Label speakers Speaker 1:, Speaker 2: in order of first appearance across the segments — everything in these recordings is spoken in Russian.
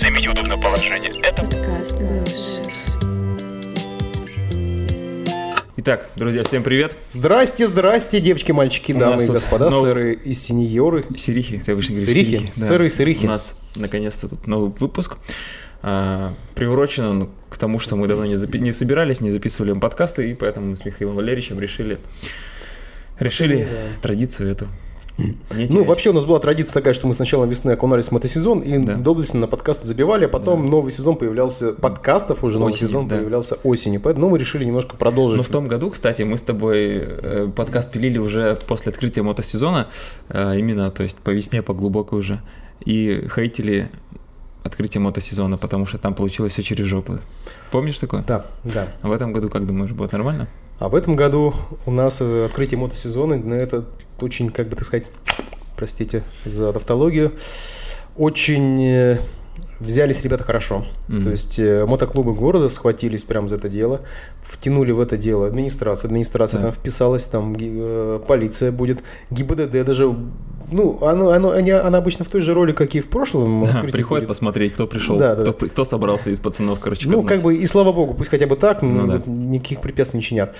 Speaker 1: Сменить удобное положение. Это
Speaker 2: Подкаст бывших.
Speaker 3: Итак, друзья, всем привет.
Speaker 4: Здрасте, здрасте, девочки, мальчики,
Speaker 3: У
Speaker 4: дамы
Speaker 3: нас
Speaker 4: и
Speaker 3: тут
Speaker 4: господа,
Speaker 3: нов-
Speaker 4: сыры и Ну, синьоры.
Speaker 3: Сирихи, ты обычно говоришь.
Speaker 4: Сырихи, сыры и сырихи.
Speaker 3: У нас наконец-то тут новый выпуск. А, приурочен он к тому, что мы давно не, запи- не собирались, не записывали подкасты, и поэтому мы с Михаилом Валерьевичем решили, решили традицию эту. не
Speaker 4: Ну,
Speaker 3: терять.
Speaker 4: вообще у нас была традиция такая, что мы сначала весны окунались в мотосезон и
Speaker 3: Да.
Speaker 4: доблестно на подкасты забивали, а потом новый сезон появлялся, подкастов уже новый
Speaker 3: Осенью,
Speaker 4: сезон
Speaker 3: да.
Speaker 4: появлялся осенью, поэтому мы решили немножко продолжить.
Speaker 3: Но в том году, кстати, мы с тобой э, подкаст пилили уже после открытия мотосезона, э, именно, то есть по весне, по глубокой уже, и хейтили открытие мотосезона, потому что там получилось все через жопу. Помнишь такое?
Speaker 4: Да, да.
Speaker 3: А в этом году, как думаешь, будет нормально?
Speaker 4: А в этом году у нас э, открытие мотосезона, на это очень, как бы так сказать, простите за тавтологию, очень э, взялись ребята хорошо.
Speaker 3: Мгм.
Speaker 4: То есть э, мотоклубы города схватились прям за это дело, втянули в это дело администрацию, администрация
Speaker 3: Да.
Speaker 4: там вписалась, там ги- э, полиция будет, ГИБДД даже, ну, оно, оно, они- она обычно в той же роли, как и в прошлом.
Speaker 3: Да,
Speaker 4: открытии
Speaker 3: приходят
Speaker 4: Ну, будет.
Speaker 3: посмотреть, кто пришел,
Speaker 4: Да, да,
Speaker 3: кто,
Speaker 4: да.
Speaker 3: при- кто собрался из пацанов, короче. к
Speaker 4: Ну,
Speaker 3: одной.
Speaker 4: как бы, и слава богу, пусть хотя бы так,
Speaker 3: Ну
Speaker 4: ну,
Speaker 3: да.
Speaker 4: вот никаких препятствий не чинят.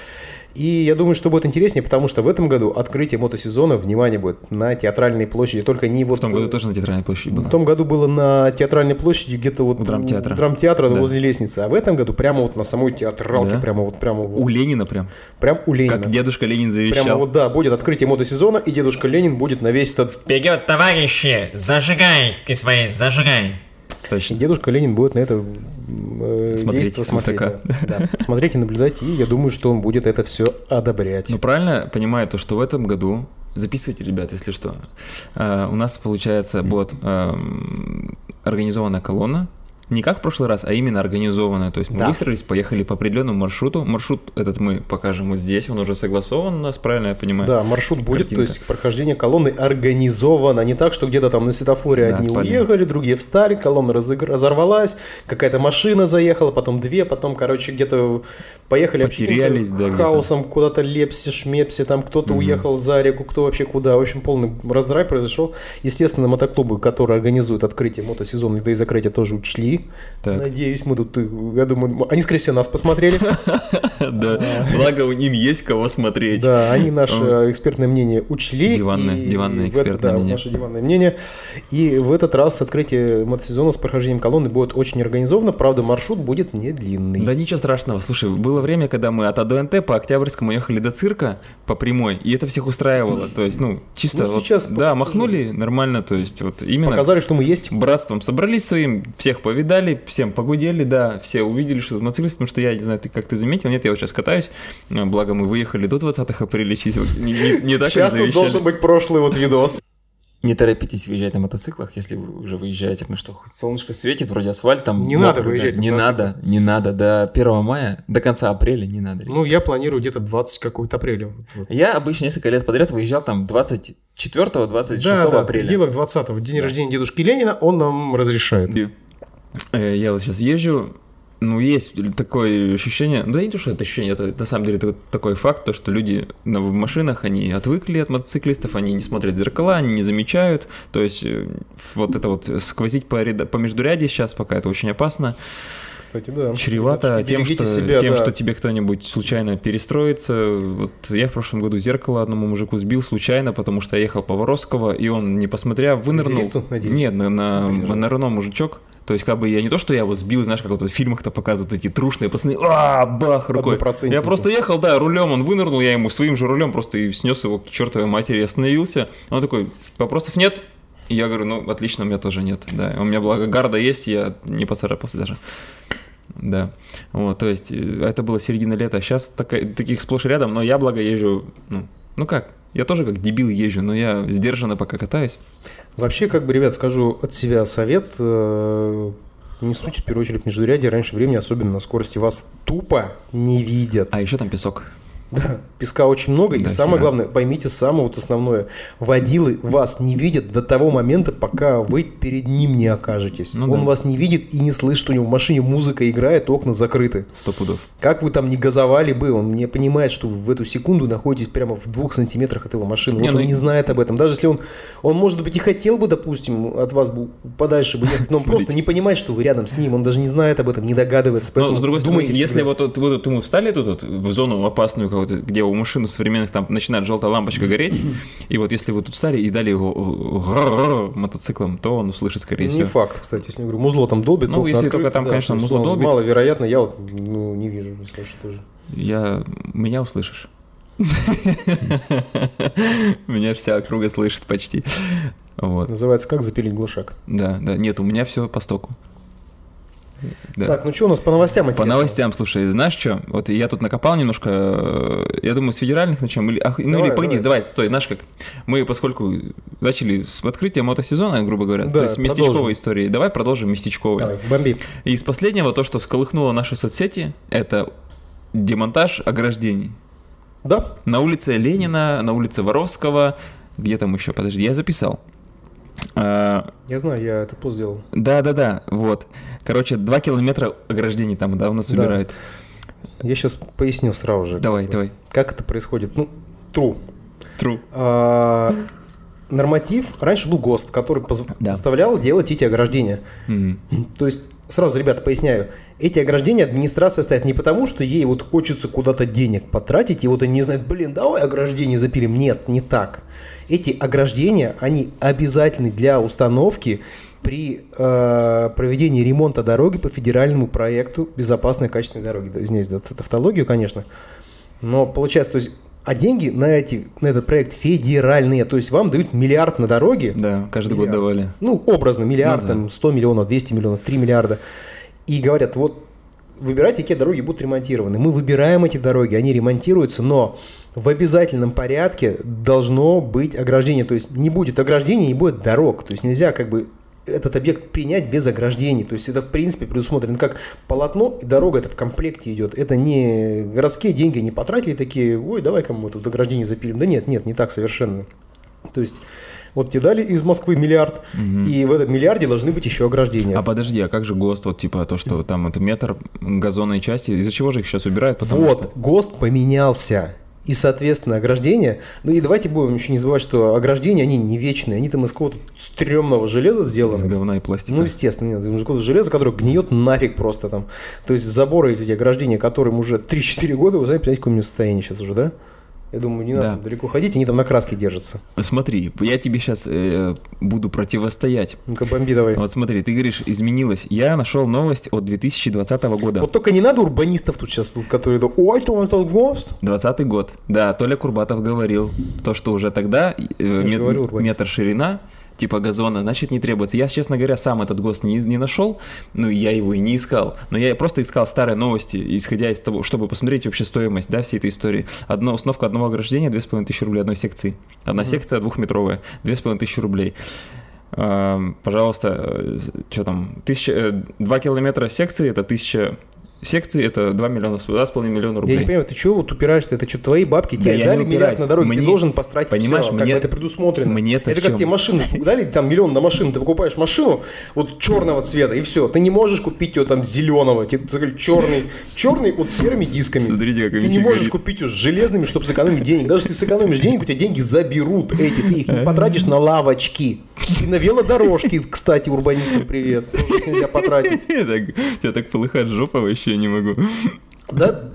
Speaker 4: И я думаю, что будет интереснее, потому что в этом году открытие мотосезона, внимание, будет на театральной площади, только не вот...
Speaker 3: В том году
Speaker 4: э,
Speaker 3: тоже на театральной площади было.
Speaker 4: В том году было на театральной площади где-то вот...
Speaker 3: У драмтеатра.
Speaker 4: у драмтеатра
Speaker 3: Да.
Speaker 4: возле лестницы, а в этом году прямо вот на самой театралке,
Speaker 3: Да?
Speaker 4: прямо вот, прямо вот,
Speaker 3: У Ленина прям.
Speaker 4: прям у Ленина.
Speaker 3: Как дедушка Ленин завещал.
Speaker 4: Прямо вот, да, будет открытие мотосезона, и дедушка Ленин будет на весь этот...
Speaker 5: Вперед, товарищи! Зажигай ты свои, зажигай!
Speaker 4: И
Speaker 3: Точно.
Speaker 4: дедушка Ленин будет на это э,
Speaker 3: Смотреть
Speaker 4: действо смотреть.
Speaker 3: издалека.
Speaker 4: да. Да. Смотреть и наблюдать, и я думаю, что он будет это все одобрять.
Speaker 3: Ну, правильно понимаю то, что в этом году... Записывайте, ребят, если что. Э, у нас, получается, будет эм, организована колонна. Не как в прошлый раз, а именно организованная. То есть мы
Speaker 4: Да.
Speaker 3: выстроились, поехали по определенному маршруту. Маршрут этот мы покажем вот здесь. Он уже согласован у нас, правильно я понимаю?
Speaker 4: Да, маршрут будет,
Speaker 3: Картинка.
Speaker 4: то есть прохождение колонны организовано, не так, что где-то там на светофоре
Speaker 3: Да,
Speaker 4: одни
Speaker 3: отпали.
Speaker 4: уехали, другие встали, колонна разыг- разорвалась, какая-то машина заехала, потом две, потом, короче, где-то поехали вообще каким-то
Speaker 3: Потерялись, да, где-то.
Speaker 4: хаосом, куда-то лепси, шмепси, там кто-то уехал за реку, кто вообще куда, в общем, полный раздрай произошел. Естественно, мотоклубы, которые организуют открытие мотосезона, да и закрытие, тоже учли.
Speaker 3: Так.
Speaker 4: Надеюсь, мы тут, э, я думаю, они, скорее всего, нас посмотрели.
Speaker 3: Да. Благо, у ним есть кого смотреть.
Speaker 4: Да, они наше э, экспертное мнение учли.
Speaker 3: Диванное-
Speaker 4: и
Speaker 3: диванное
Speaker 4: в это-
Speaker 3: экспертное
Speaker 4: да,
Speaker 3: мнение.
Speaker 4: наше диванное мнение. И в этот раз открытие мотосезона с прохождением колонны будет очень организовано. Правда, маршрут будет не длинный.
Speaker 3: Да ничего страшного. Слушай, было время, когда мы от А АДНТ по Октябрьскому ехали до цирка по прямой, и это всех устраивало. То есть, ну, чисто
Speaker 4: Ну,
Speaker 3: вот,
Speaker 4: сейчас
Speaker 3: да,
Speaker 4: покажу.
Speaker 3: махнули нормально, то есть вот именно
Speaker 4: Показали, что мы есть.
Speaker 3: братством собрались своим, всех повидали, всем погудели, да, все увидели, что тут мотоциклист, потому что я, не знаю, ты как ты заметил, нет, я вот сейчас катаюсь, э, благо мы выехали до 20 апреля, чисто вот не, не- не так, как
Speaker 4: Сейчас тут
Speaker 3: завещали.
Speaker 4: должен быть прошлый вот видос.
Speaker 3: Не торопитесь выезжать на мотоциклах, если вы уже выезжаете, потому что хоть солнышко светит, вроде асфальт там.
Speaker 4: Не надо
Speaker 3: да,
Speaker 4: выезжать на
Speaker 3: Не
Speaker 4: мотоциклах.
Speaker 3: надо, не надо. До 1 мая, до конца апреля не надо. ребят.
Speaker 4: Ну, я планирую где-то 20 какой-то апреля.
Speaker 3: Я обычно несколько лет подряд выезжал там 24-26 апреля.
Speaker 4: пределах 20-го. День рождения дедушки Ленина он нам разрешает.
Speaker 3: Э, Я вот сейчас езжу, ну, есть такое ощущение, ну, да не то, что это ощущение, это на самом деле такой, такой факт, то, что люди на- в машинах, они отвыкли от мотоциклистов, они не смотрят в зеркала, они не замечают, то есть э, вот это вот сквозить по, ряда- по междуряде сейчас пока это очень опасно,
Speaker 4: Кстати, да.
Speaker 3: чревато
Speaker 4: Ребятушки,
Speaker 3: тем,
Speaker 4: берегите
Speaker 3: что,
Speaker 4: себя,
Speaker 3: тем
Speaker 4: да.
Speaker 3: что тебе кто-нибудь случайно перестроится. Вот я в прошлом году зеркало одному мужику сбил случайно, потому что я ехал по Воровского, и он, не посмотря, вынырнул.
Speaker 4: Зелисту, надеюсь?
Speaker 3: Нет, на, на,
Speaker 4: Блин.
Speaker 3: нырнул мужичок. То есть, как бы я не то, что я его сбил, знаешь, как вот в фильмах-то показывают эти трушные пацаны, а, бах, рукой.
Speaker 4: Однопроцентники.
Speaker 3: Я просто ехал, да, рулем, он вынырнул, я ему своим же рулем просто и снес его к чертовой матери, и остановился. Он такой, вопросов нет? И я говорю, ну, отлично, у меня тоже нет, да. У меня, благо, гарда есть, я не поцарапался даже. Да. Вот, то есть, э, это было середина лета, а сейчас таких сплошь и рядом, но я, благо, езжу, ну, ну как, я тоже как дебил езжу, но я сдержанно пока катаюсь.
Speaker 4: Вообще, как бы, ребят, скажу от себя совет. э, Не суть в первую очередь междурядье раньше времени, особенно на скорости, вас тупо не видят.
Speaker 3: А еще там песок.
Speaker 4: Да, песка очень много. и
Speaker 3: Да,
Speaker 4: самое
Speaker 3: хера.
Speaker 4: главное, поймите самое вот основное. Водилы вас не видят до того момента, пока вы перед ним не окажетесь.
Speaker 3: Ну
Speaker 4: Он
Speaker 3: да.
Speaker 4: вас не видит и не слышит, у него в машине музыка играет, окна закрыты.
Speaker 3: Сто пудов.
Speaker 4: Как вы там не газовали бы, он не понимает, что вы в эту секунду находитесь прямо в двух сантиметрах от его машины.
Speaker 3: Не,
Speaker 4: вот
Speaker 3: ну
Speaker 4: он
Speaker 3: и-
Speaker 4: не знает об этом. Даже если он, он может быть и хотел бы, допустим, от вас бы подальше бы ехать, но он просто
Speaker 3: Свалить.
Speaker 4: не понимает, что вы рядом с ним, он даже не знает об этом, не догадывается.
Speaker 3: Но,
Speaker 4: Поэтому
Speaker 3: с другой стороны,
Speaker 4: думайте
Speaker 3: если
Speaker 4: всегда.
Speaker 3: вот, вот, вот мы встали тут вот в зону опасную, какую-то, где у машин у современных там начинает желтая лампочка гореть, и вот если вы тут встали и дали его э, грррр мотоциклом, то он услышит скорее
Speaker 4: Не
Speaker 3: всего.
Speaker 4: факт, кстати, если говорю, музло там долбит.
Speaker 3: Ну,
Speaker 4: окна
Speaker 3: если только
Speaker 4: открыты,
Speaker 3: там, конечно,
Speaker 4: то есть,
Speaker 3: музло
Speaker 4: ну,
Speaker 3: долбит.
Speaker 4: Маловероятно, я вот ну, не вижу, не слышу тоже.
Speaker 3: Я... Меня услышишь. Меня вся округа слышит почти. Вот.
Speaker 4: Называется «Как запилить глушак».
Speaker 3: Да, да. Нет, у меня все по стоку. Да.
Speaker 4: Так, ну что у нас по новостям
Speaker 3: По
Speaker 4: интересного?
Speaker 3: новостям, слушай, знаешь что? Вот я тут накопал немножко, э, я думаю, с федеральных начнем. Или, ах, ну
Speaker 4: Давай,
Speaker 3: или погоди,
Speaker 4: давай.
Speaker 3: давай. стой, знаешь как? Мы, поскольку начали с открытия мотосезона, грубо говоря,
Speaker 4: Да,
Speaker 3: то есть
Speaker 4: продолжим.
Speaker 3: местечковой истории, давай продолжим местечковой.
Speaker 4: Давай, бомби.
Speaker 3: И из последнего, то, что всколыхнуло наши соцсети, это демонтаж ограждений.
Speaker 4: Да,
Speaker 3: На улице Ленина, на улице Воровского, где там еще? Подожди, я записал. А,
Speaker 4: я знаю, я это пост сделал.
Speaker 3: Да-да-да, вот. Короче, два километра ограждений там давно собирают.
Speaker 4: Я сейчас поясню сразу же.
Speaker 3: Давай,
Speaker 4: как бы,
Speaker 3: давай.
Speaker 4: Как это происходит? Ну, true.
Speaker 3: True.
Speaker 4: А, норматив раньше был ГОСТ, который позв-
Speaker 3: Да.
Speaker 4: заставлял делать эти ограждения.
Speaker 3: М.
Speaker 4: То есть, сразу, ребята, поясняю, эти ограждения администрация ставит не потому, что ей вот хочется куда-то денег потратить, и вот они не знают, блин, давай ограждение запилим. Нет, не так. Эти ограждения, они обязательны для установки при э, проведении ремонта дороги по федеральному проекту безопасной и качественной дороги. Да, Извиняюсь за тав- тавтологию, конечно. Но получается, то есть, а деньги на, эти, на этот проект федеральные, то есть вам дают миллиард на дороге,
Speaker 3: Да, каждый год
Speaker 4: Миллиард.
Speaker 3: давали.
Speaker 4: ну, образно, миллиард,
Speaker 3: Ну да.
Speaker 4: там, 100 миллионов, 200 миллионов, 3 миллиарда. И говорят, вот выбирайте, какие дороги будут ремонтированы. Мы выбираем эти дороги, они ремонтируются, но в обязательном порядке должно быть ограждение. То есть не будет ограждения, не будет дорог. То есть нельзя как бы этот объект принять без ограждений. То есть это, в принципе, предусмотрено Ну, как полотно, и дорога это в комплекте идет. Это не городские деньги не потратили такие, ой, давай-ка мы тут ограждение запилим. Да нет, нет, не так совершенно. То есть вот тебе дали из Москвы миллиард, и в этом миллиарде должны быть еще ограждения.
Speaker 3: А подожди, а как же ГОСТ, вот типа то, что там вот метр газонной части, из-за чего же их сейчас убирают? Потому
Speaker 4: вот,
Speaker 3: что-
Speaker 4: ГОСТ поменялся. И, соответственно, ограждения... Ну и давайте будем еще не забывать, что ограждения, они не вечные. Они там из какого-то стрёмного железа
Speaker 3: из
Speaker 4: сделаны.
Speaker 3: говна и пластика.
Speaker 4: Ну, естественно, нет, из какого-то железа, которое гниет нафиг просто там. То есть заборы эти ограждения, которым уже 3-4 года, вы знаете, понимаете, какое у меня состояние сейчас уже, да? Я думаю, не надо
Speaker 3: Да.
Speaker 4: там далеко ходить, они там на краске держатся.
Speaker 3: Смотри, я тебе сейчас буду противостоять.
Speaker 4: Ну-ка, бомби давай.
Speaker 3: Вот смотри, ты говоришь, изменилось. Я нашел новость от 2020 года.
Speaker 4: Вот только не надо урбанистов тут сейчас, тут, которые говорят, ой, то он тут ГОСТ.
Speaker 3: 20 год. Да, Толя Курбатов говорил, то, что уже тогда э,
Speaker 4: же
Speaker 3: мет-
Speaker 4: говорю, урбанист.
Speaker 3: метр ширина, типа газона, значит, не требуется. Я, честно говоря, сам этот ГОСТ не, не нашел, ну, я его и не искал. Но я просто искал старые новости, исходя из того, чтобы посмотреть вообще стоимость, да, всей этой истории. Одна установка одного ограждения, 2500 рублей одной секции. Одна секция двухметровая, 2500 рублей. Эм, Пожалуйста, э, что там, тысяча, 2 километра секции, это 1000 секций, это 2 миллиона, 2,5 миллиона рублей.
Speaker 4: Я не понимаю, ты чего вот упираешься? Это что, твои бабки?
Speaker 3: Да
Speaker 4: Тебе
Speaker 3: я
Speaker 4: дали
Speaker 3: не
Speaker 4: миллиард
Speaker 3: упираюсь.
Speaker 4: на дороге, ты
Speaker 3: Мне-
Speaker 4: должен потратить
Speaker 3: понимаешь,
Speaker 4: все, как
Speaker 3: мне-
Speaker 4: бы это предусмотрено.
Speaker 3: мне-то
Speaker 4: это
Speaker 3: в
Speaker 4: как
Speaker 3: чем?
Speaker 4: тебе машину дали, там миллион на машину, ты покупаешь машину вот черного цвета, и все. Ты не можешь купить ее там зеленого, тебе черный, черный вот с серыми дисками.
Speaker 3: Смотрите, как
Speaker 4: ты
Speaker 3: Михаил
Speaker 4: не можешь
Speaker 3: говорит.
Speaker 4: купить ее с железными, чтобы сэкономить денег. Даже если сэкономишь денег, у тебя деньги заберут эти, ты
Speaker 3: А?
Speaker 4: их не потратишь на лавочки. И на велодорожки, кстати, урбанистам привет. Тоже их нельзя потратить.
Speaker 3: Так, тебя так полыхает жопа, вообще не могу.
Speaker 4: Да?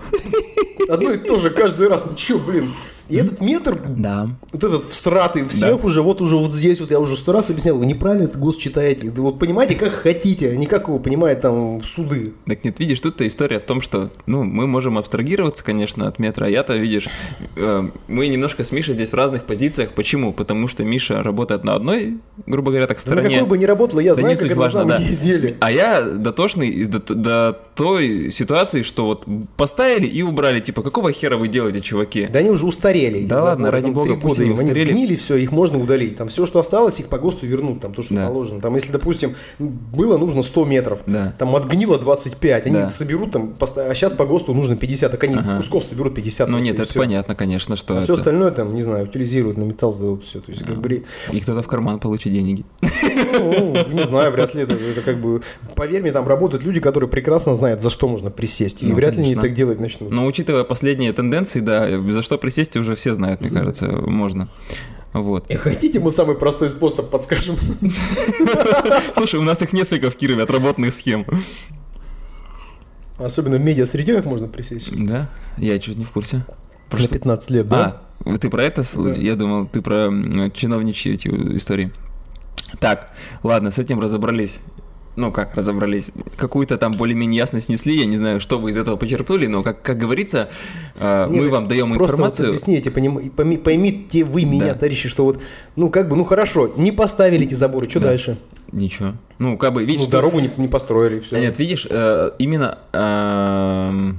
Speaker 4: Одно и то же каждый раз. Ну чё, блин? И этот метр,
Speaker 3: Да.
Speaker 4: вот этот всратый всех
Speaker 3: Да.
Speaker 4: уже, вот уже вот здесь, вот я уже сто раз объяснял, вы неправильно это гос читаете. Да вот понимаете, как хотите, а не как его понимают там суды.
Speaker 3: Так нет, видишь, тут-то история в том, что, ну, мы можем абстрагироваться, конечно, от метра, а я-то, видишь, э, мы немножко с Мишей здесь в разных позициях. Почему? Потому что Миша работает на одной, грубо говоря, так
Speaker 4: Да на
Speaker 3: стороне.
Speaker 4: какой бы ни работала, я
Speaker 3: Да
Speaker 4: знаю,
Speaker 3: не
Speaker 4: как
Speaker 3: суть
Speaker 4: это на
Speaker 3: важно,
Speaker 4: самом
Speaker 3: да.
Speaker 4: деле.
Speaker 3: А я дотошный, и до, до той ситуации, что вот поставили и убрали, типа, какого хера вы делаете, чуваки?
Speaker 4: Да они уже устарели.
Speaker 3: Да
Speaker 4: Из-за
Speaker 3: ладно,
Speaker 4: года,
Speaker 3: ради
Speaker 4: там,
Speaker 3: бога,
Speaker 4: три
Speaker 3: пусть
Speaker 4: года
Speaker 3: они
Speaker 4: им.
Speaker 3: устарели.
Speaker 4: сгнили, все, их можно удалить. Там все, что осталось, их по ГОСТу вернут, там то, что
Speaker 3: Да.
Speaker 4: положено. Там, если, допустим, было нужно 100 метров,
Speaker 3: Да.
Speaker 4: там отгнило 25, они
Speaker 3: Да.
Speaker 4: соберут там, поста- а сейчас по ГОСТу нужно 50, так они из
Speaker 3: Ага.
Speaker 4: кусков соберут 50.
Speaker 3: Ну
Speaker 4: просто,
Speaker 3: нет,
Speaker 4: и
Speaker 3: это
Speaker 4: всё.
Speaker 3: понятно, конечно, что
Speaker 4: А
Speaker 3: это- А.
Speaker 4: все остальное там, не знаю, утилизируют, на металл сдадут все. То есть, как бы,
Speaker 3: И кто-то в карман получит деньги.
Speaker 4: ну, не знаю, вряд ли это, это как бы... Поверь мне, там работают люди, которые прекрасно знают, за что можно присесть. И
Speaker 3: Ну,
Speaker 4: вряд ли они
Speaker 3: конечно. Ну.
Speaker 4: так делать начнут.
Speaker 3: Но учитывая последние тенденции, да, за что присесть уже все знают, мне кажется, можно. Вот.
Speaker 4: И хотите, мы самый простой способ подскажем?
Speaker 3: Слушай, у нас их несколько в Кирове отработанных схем.
Speaker 4: Особенно в медиа-среде, как можно присесть?
Speaker 3: Да? Я чуть не в курсе.
Speaker 4: На
Speaker 3: Просто-
Speaker 4: 15 лет, да?
Speaker 3: А, вот ты про это? сл-
Speaker 4: Да.
Speaker 3: Я думал, ты про м, чиновничьи эти истории. Так, ладно, с этим разобрались. Ну как, разобрались. Какую-то там более-менее ясность снесли, я не знаю, что вы из этого почерпнули, но как, как говорится, э,
Speaker 4: Не,
Speaker 3: мы вам даем
Speaker 4: Просто вот
Speaker 3: информацию.
Speaker 4: объясните, поним- и пойми- поймите вы меня,
Speaker 3: Да.
Speaker 4: товарищи, что вот, ну как бы, ну хорошо, не поставили эти заборы, что
Speaker 3: Да.
Speaker 4: дальше?
Speaker 3: Ничего. Ну, как бы, видишь,
Speaker 4: Ну,
Speaker 3: что-
Speaker 4: дорогу не, не построили,
Speaker 3: А
Speaker 4: все.
Speaker 3: Нет, видишь, э, именно эм,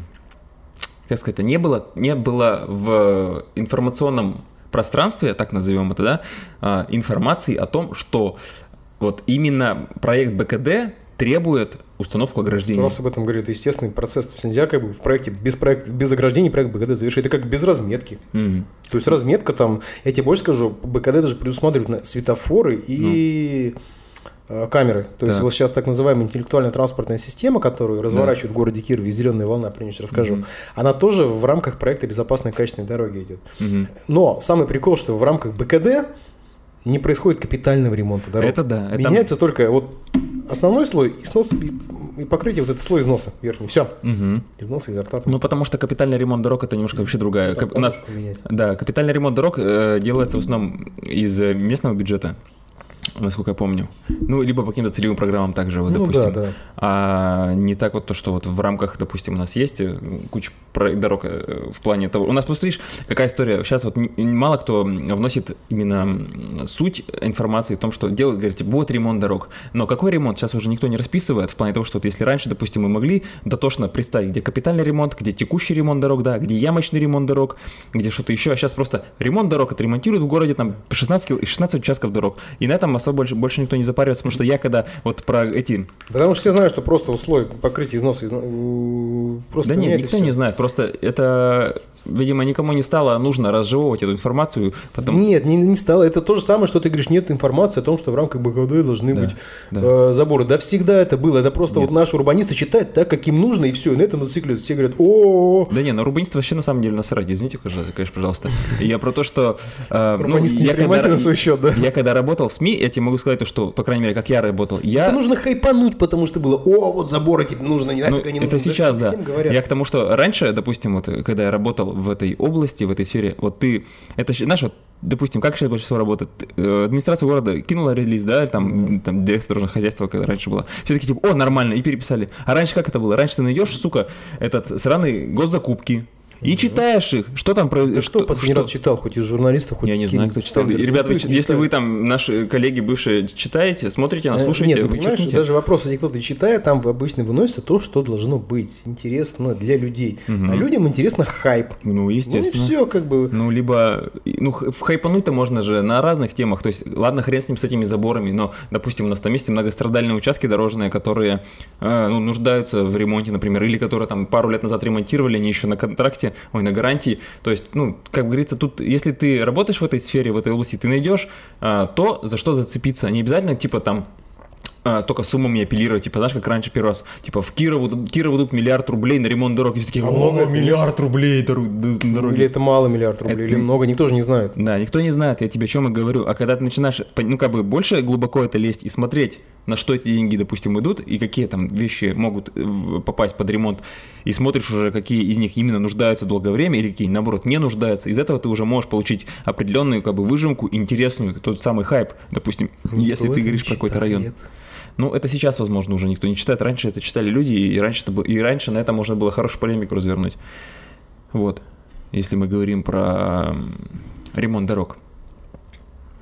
Speaker 3: как сказать, не было, не было в информационном пространстве, так назовем это, да, а, информации о том, что вот именно проект БКД требует установку
Speaker 4: У
Speaker 3: ограждения.
Speaker 4: нас об этом говорили, это естественный процесс. То есть нельзя как бы в проекте без, проект, без ограждений проект БКД завершить. Это как без разметки.
Speaker 3: Мгм.
Speaker 4: То есть разметка там, я тебе больше скажу, БКД даже предусматривает на- светофоры и э, камеры. То есть
Speaker 3: Ну. Так.
Speaker 4: вот сейчас так называемая интеллектуальная транспортная система, которую разворачивают в городе Кирове, и зеленая волна, принес, расскажу, она тоже в рамках проекта безопасной качественной дороги идет.
Speaker 3: Мгм.
Speaker 4: Но самый прикол, что в рамках БКД не происходит капитального ремонта дорог.
Speaker 3: Это да. это-
Speaker 4: Меняется только вот основной слой и снос и, и покрытие, вот этот слой износа верхний. Все.
Speaker 3: Мгм.
Speaker 4: Износа изо рта.
Speaker 3: Ну, потому что капитальный ремонт дорог это немножко вообще другая.
Speaker 4: Ну, Там
Speaker 3: Кап- У нас
Speaker 4: палатку менять.
Speaker 3: Да, капитальный ремонт дорог э, делается в основном из э, местного бюджета, насколько я помню. Ну, либо по каким-то целевым программам также, вот,
Speaker 4: Ну да,
Speaker 3: допустим.
Speaker 4: да.
Speaker 3: А не так вот то, что вот в рамках, допустим, у нас есть э, куча про- дорог э, в плане того. У нас просто, видишь, какая история. Сейчас вот н- мало кто вносит именно м, суть информации в том, что делают, говорите, будет ремонт дорог. Но какой ремонт сейчас уже никто не расписывает в плане того, что вот если раньше, допустим, мы могли дотошно представить, где капитальный ремонт, где текущий ремонт дорог, да, где ямочный ремонт дорог, где что-то еще, а сейчас просто ремонт дорог отремонтируют в городе там 16, кил- 16 участков дорог. И на этом особо больше, больше никто не запаривается, потому что я когда вот про эти
Speaker 4: Потому что все знают, что просто вот слой покрытия износа изно- у- просто
Speaker 3: да нет,
Speaker 4: меняет и
Speaker 3: никто
Speaker 4: всё.
Speaker 3: не знает. Просто это, видимо, никому не стало нужно разжевывать эту информацию. Потом...
Speaker 4: Нет, не, не стало. Это то же самое, что ты говоришь, нет информации о том, что в рамках БКД должны
Speaker 3: Да,
Speaker 4: быть
Speaker 3: да.
Speaker 4: э, заборы. Да всегда это было. Это просто вот наши урбанисты читают так, как им нужно, и все. И на этом зацикливаются. Все говорят, о
Speaker 3: Да не, на урбанистов вообще на самом деле насрать. Извините, пожалуйста, конечно, пожалуйста. Я про то, что... э, ну,
Speaker 4: Урбанисты не
Speaker 3: я когда-
Speaker 4: принимайте на свой счет, да.
Speaker 3: Я когда работал в СМИ, я тебе могу сказать, то, что, по крайней мере, как я работал, я...
Speaker 4: Это нужно хайпануть, потому что было, о, вот заборы тебе нужно, не
Speaker 3: Ну,
Speaker 4: нафиг они
Speaker 3: это
Speaker 4: нужны».
Speaker 3: сейчас,
Speaker 4: всем
Speaker 3: да.
Speaker 4: говорят.
Speaker 3: Я к тому, что раньше, допустим, вот, когда я работал в этой области, в этой сфере, вот ты, это, щ- знаешь, вот, допустим, как сейчас большинство работает? Э, Администрация города кинула релиз, да, там, м, там директор дорожного хозяйства, когда раньше было. Все таки типа, о, нормально, и переписали. А раньше как это было? Раньше ты найдешь, сука, этот сраный госзакупки, и читаешь их, что там про...
Speaker 4: Кто последний раз читал, хоть из журналистов, хоть
Speaker 3: Я не
Speaker 4: какие-
Speaker 3: знаю, кто читал.
Speaker 4: Тендер,
Speaker 3: Ребята, вы ч-
Speaker 4: никто не
Speaker 3: если
Speaker 4: читает.
Speaker 3: вы там, наши коллеги бывшие, читаете, смотрите нас,
Speaker 4: Э,
Speaker 3: слушаете,
Speaker 4: Нет, ну,
Speaker 3: А, вы
Speaker 4: понимаешь,
Speaker 3: читаете.
Speaker 4: даже вопрос, если кто-то читает, там обычно выносится то, что должно быть интересно для людей. А людям интересно хайп.
Speaker 3: Ну, естественно.
Speaker 4: Ну все, как бы.
Speaker 3: Ну, либо, ну, х- в хайпануть-то можно же на разных темах, то есть, ладно, хрен с ним, с этими заборами, но, допустим, у нас там есть многострадальные участки дорожные, которые, э, ну, нуждаются в ремонте, например, или которые там пару лет назад ремонтировали, они еще на контракте, ой, на гарантии, то есть, ну, как говорится, тут, если ты работаешь в этой сфере, в этой области, ты найдешь э, то, за что зацепиться, не обязательно, типа, там, а, только суммами апеллировать, типа, знаешь, как раньше первый раз, типа, в Кирову, Кирову тут миллиард рублей на ремонт дорог, и все такие,
Speaker 4: А много
Speaker 3: о,
Speaker 4: это?
Speaker 3: миллиард рублей дорог- д- дороги.
Speaker 4: Или это мало миллиард рублей,
Speaker 3: Это-
Speaker 4: или много, никто же не знает.
Speaker 3: Да, никто не знает, я тебе о чем и говорю. А когда ты начинаешь, пон- ну, как бы больше глубоко это лезть и смотреть, на что эти деньги, допустим, идут, и какие там вещи могут э, в- попасть под ремонт, и смотришь уже, какие из них именно нуждаются долгое время, или какие, наоборот, не нуждаются, из этого ты уже можешь получить определенную, как бы, выжимку, интересную, тот самый хайп, допустим, если
Speaker 4: Никто
Speaker 3: ты
Speaker 4: это
Speaker 3: говоришь
Speaker 4: не
Speaker 3: про какой-то
Speaker 4: читает.
Speaker 3: район. Ну, это сейчас, возможно, уже никто не читает. Раньше это читали люди, и раньше, это было, и раньше на это можно было хорошую полемику развернуть. Вот. Если мы говорим про м, ремонт дорог.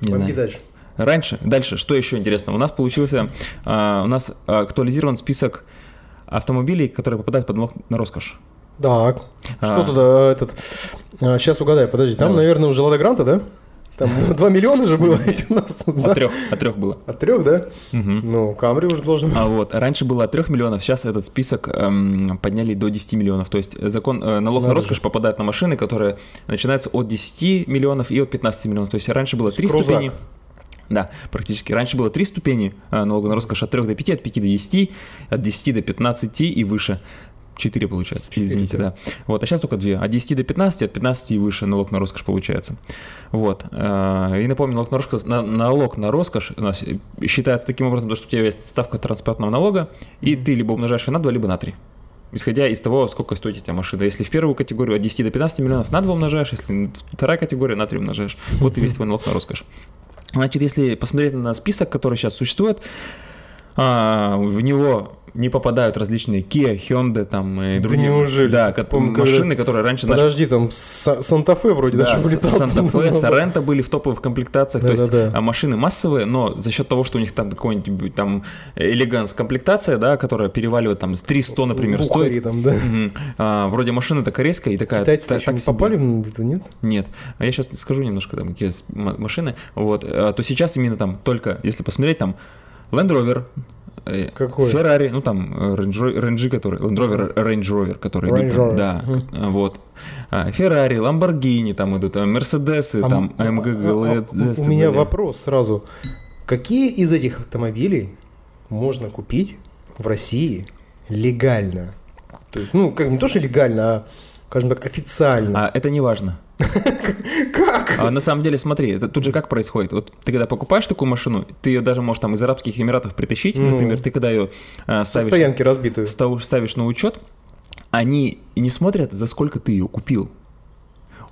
Speaker 3: Не
Speaker 4: Бомби
Speaker 3: знаю.
Speaker 4: дальше.
Speaker 3: Раньше, дальше, что еще интересно? У нас получился, а, у нас актуализирован список а, автомобилей, которые попадают под налог на роскошь.
Speaker 4: Так, что
Speaker 3: А.
Speaker 4: туда этот... сейчас угадай, подожди. Там,
Speaker 3: Давай.
Speaker 4: наверное, уже Лада Гранта, да? Там 2 миллиона же было ведь у нас. да?
Speaker 3: От трех, от трех было.
Speaker 4: От трех, да?
Speaker 3: Мгм.
Speaker 4: Ну, Камри уже должен...
Speaker 3: А вот, раньше было от 3 миллионов, сейчас этот список эм, подняли до 10 миллионов. То есть закон э, налог на
Speaker 4: Надо
Speaker 3: роскошь попадает на машины, которые начинаются от 10 миллионов и от 15 миллионов. То есть раньше было три
Speaker 4: Крузак.
Speaker 3: ступени. Да, практически. Раньше было три ступени э, налога на роскошь от 3 до 5, от 5 до 10, от 10 до 15 и выше. 4 получается,
Speaker 4: Четыре,
Speaker 3: извините,
Speaker 4: да.
Speaker 3: да. Вот, а сейчас только 2. От 10 до 15, от 15 и выше налог на роскошь получается. Вот. э, И напомню, налог на роскошь, на- налог на роскошь у нас считается таким образом, то, что у тебя есть ставка транспортного налога, и ты либо умножаешь ее на 2, либо на 3. Исходя из того, сколько стоит у тебя машина. Если в первую категорию от 10 до 15 миллионов на 2 умножаешь, если вторая категория на 3 умножаешь. Вот и весь твой налог на роскошь. Значит, если посмотреть на список, который сейчас существует, а, в него не попадают различные Kia, Hyundai там и
Speaker 4: Да
Speaker 3: другие
Speaker 4: неужели?
Speaker 3: да, кот-
Speaker 4: Помню, когда-
Speaker 3: машины, которые раньше наши
Speaker 4: Подожди, там Са- Санта-Фе вроде даже вылетал.
Speaker 3: Санта-Фе, Соренто были в топовых комплектациях, то есть
Speaker 4: Да-да-да.
Speaker 3: а, машины массовые, но за счет того, что у них там какой-нибудь там элеганс комплектация, да, которая переваливает там с 300, например,
Speaker 4: Бухари
Speaker 3: стоит.
Speaker 4: там, да.
Speaker 3: Мгм. А, вроде машина-то корейская и такая.
Speaker 4: Китайцы
Speaker 3: Э, та-
Speaker 4: еще
Speaker 3: так
Speaker 4: не
Speaker 3: себе.
Speaker 4: попали где-то, нет?
Speaker 3: Нет. А я сейчас скажу немножко там, какие с- м- машины. Вот. А, То сейчас именно там только, если посмотреть, там Land Rover, э,
Speaker 4: Какой?
Speaker 3: Ferrari, ну там э, Range Ro- Range, который, Land Rover, Range Rover, который идут,
Speaker 4: Range Rover.
Speaker 3: да, э, вот, А, Ferrari, Lamborghini там идут, а, Мерседесы,
Speaker 4: А
Speaker 3: там эм,
Speaker 4: м- а-
Speaker 3: AMG,
Speaker 4: а- а-
Speaker 3: GLS,
Speaker 4: У меня
Speaker 3: так далее.
Speaker 4: вопрос сразу. Какие из этих автомобилей можно купить в России легально? То есть, ну, как не то, что легально, а, скажем так, официально.
Speaker 3: А это не важно.
Speaker 4: Как?
Speaker 3: А на самом деле, смотри, это тут же как происходит. Вот ты когда покупаешь такую машину, ты ее даже можешь там из Арабских Эмиратов притащить,
Speaker 4: Ну.
Speaker 3: например, ты когда ее а,
Speaker 4: Со
Speaker 3: ставишь
Speaker 4: стоянки разбитую.
Speaker 3: став- ставишь на учет, они не смотрят, за сколько ты ее купил.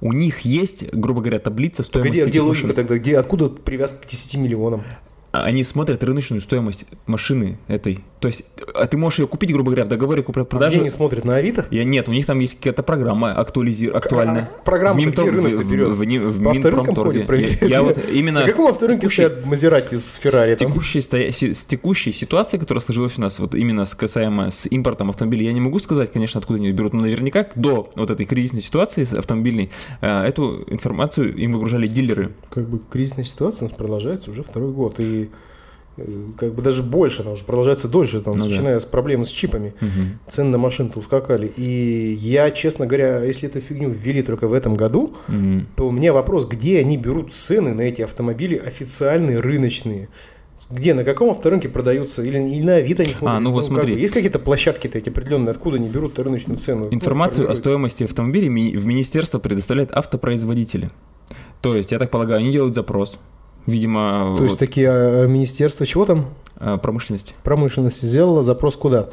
Speaker 3: У них есть, грубо говоря, таблица стоимости
Speaker 4: а Где,
Speaker 3: этих
Speaker 4: где
Speaker 3: машин.
Speaker 4: логика тогда? Где, откуда привязка к 10 миллионам?
Speaker 3: А Они смотрят рыночную стоимость машины этой. То есть, а ты можешь ее купить, грубо говоря, в договоре
Speaker 4: А Где
Speaker 3: купли-продажи.
Speaker 4: они смотрят на Авито?
Speaker 3: Я- нет, у них там есть какая-то программа актуализи- актуальная.
Speaker 4: А программа-то где рынок-то берет?
Speaker 3: в- в- в
Speaker 4: По вторым
Speaker 3: Минпромторге.
Speaker 4: ходит, проверяет.
Speaker 3: Я, я вот именно
Speaker 4: На каком
Speaker 3: с
Speaker 4: авторынке
Speaker 3: текущей-
Speaker 4: стоят Мазерати с Феррари
Speaker 3: с
Speaker 4: там?
Speaker 3: текущей, стоя- си- с текущей ситуацией, которая сложилась у нас, вот именно с касаемо с импортом автомобилей, я не могу сказать, конечно, откуда они берут, но наверняка до вот этой кризисной ситуации с автомобильной э, эту информацию им выгружали дилеры.
Speaker 4: Как бы кризисная ситуация у нас продолжается уже второй год. И э, как бы даже больше, она уже продолжается дольше, там,
Speaker 3: Ну да.
Speaker 4: начиная с проблемы с чипами. Цены на машины-то ускакали. И я, честно говоря, если эту фигню ввели только в этом году,
Speaker 3: М.
Speaker 4: то у меня вопрос, где они берут цены на эти автомобили официальные, рыночные? С- Где, на каком авторынке продаются? Или, или на Авито они смотрят?
Speaker 3: ну вот
Speaker 4: как
Speaker 3: смотри.
Speaker 4: бы есть какие-то площадки-то эти определенные, откуда они берут рыночную цену? Ну,
Speaker 3: Информацию о
Speaker 4: формируют.
Speaker 3: стоимости автомобилей ми- в министерство предоставляют автопроизводители. То есть, я так полагаю, они делают запрос, видимо,
Speaker 4: То есть
Speaker 3: вот,
Speaker 4: такие а, министерства чего там?
Speaker 3: э, промышленности
Speaker 4: Промышленности сделала запрос куда?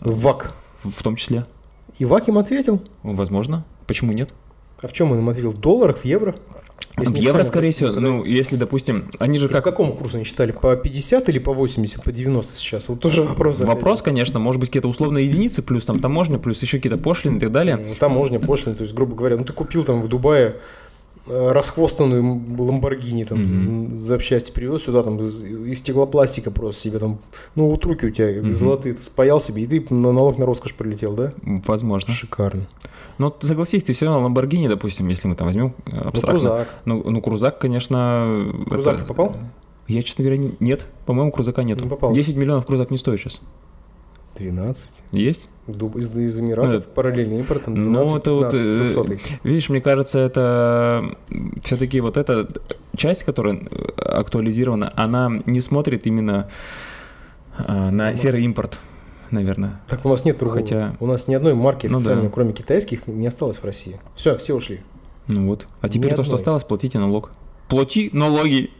Speaker 4: В ВАК.
Speaker 3: в в том числе,
Speaker 4: И ВАК им ответил.
Speaker 3: возможно. Почему нет?
Speaker 4: А в чем он им ответил? В долларах, в евро?
Speaker 3: в евро, скорее всего, ну, если, допустим, они же
Speaker 4: По
Speaker 3: как...
Speaker 4: какому курсу они считали? По 50 или по 80, по 90 сейчас? Вот тоже вопрос. опять же.
Speaker 3: Вопрос, конечно, может быть какие-то условные единицы, плюс там таможня, плюс еще какие-то пошлины и так далее.
Speaker 4: Ну, Таможня, пошлина, то есть, грубо говоря, ну ты купил там в Дубае э, расхвостанную м- ламборгини там
Speaker 3: Мгм.
Speaker 4: м, запчасти привез сюда там из, из стеклопластика просто себе там ну вот руки у тебя
Speaker 3: Мгм.
Speaker 4: золотые ты спаял себе и ты на налог на роскошь прилетел да
Speaker 3: Возможно.
Speaker 4: шикарно
Speaker 3: Но ты согласись, ты все равно Lamborghini, допустим, если мы там возьмем э,
Speaker 4: ну,
Speaker 3: абстрактно.
Speaker 4: крузак
Speaker 3: Ну, ну, Крузак, конечно...
Speaker 4: крузак
Speaker 3: это-
Speaker 4: ты попал
Speaker 3: Я, честно говоря, не- нет. По-моему, Крузака нету.
Speaker 4: Не попал.
Speaker 3: 10 миллионов Крузак не стоит сейчас.
Speaker 4: 12
Speaker 3: Есть?
Speaker 4: Дуб- из, из Эмиратов параллельный импорт там
Speaker 3: Э, ну,
Speaker 4: 12
Speaker 3: это вот,
Speaker 4: 15,
Speaker 3: э,
Speaker 4: 300.
Speaker 3: Видишь, мне кажется, это все-таки вот эта часть, которая э, актуализирована, она не смотрит именно э, на
Speaker 4: нас-
Speaker 3: серый импорт, наверное.
Speaker 4: так у нас нет другого
Speaker 3: хотя-
Speaker 4: у нас ни одной марки
Speaker 3: Ну да.
Speaker 4: официально кроме китайских не осталось в России все все ушли
Speaker 3: Ну вот. А
Speaker 4: Ни
Speaker 3: теперь то, что
Speaker 4: одной.
Speaker 3: осталось, платите налог. Плати налоги.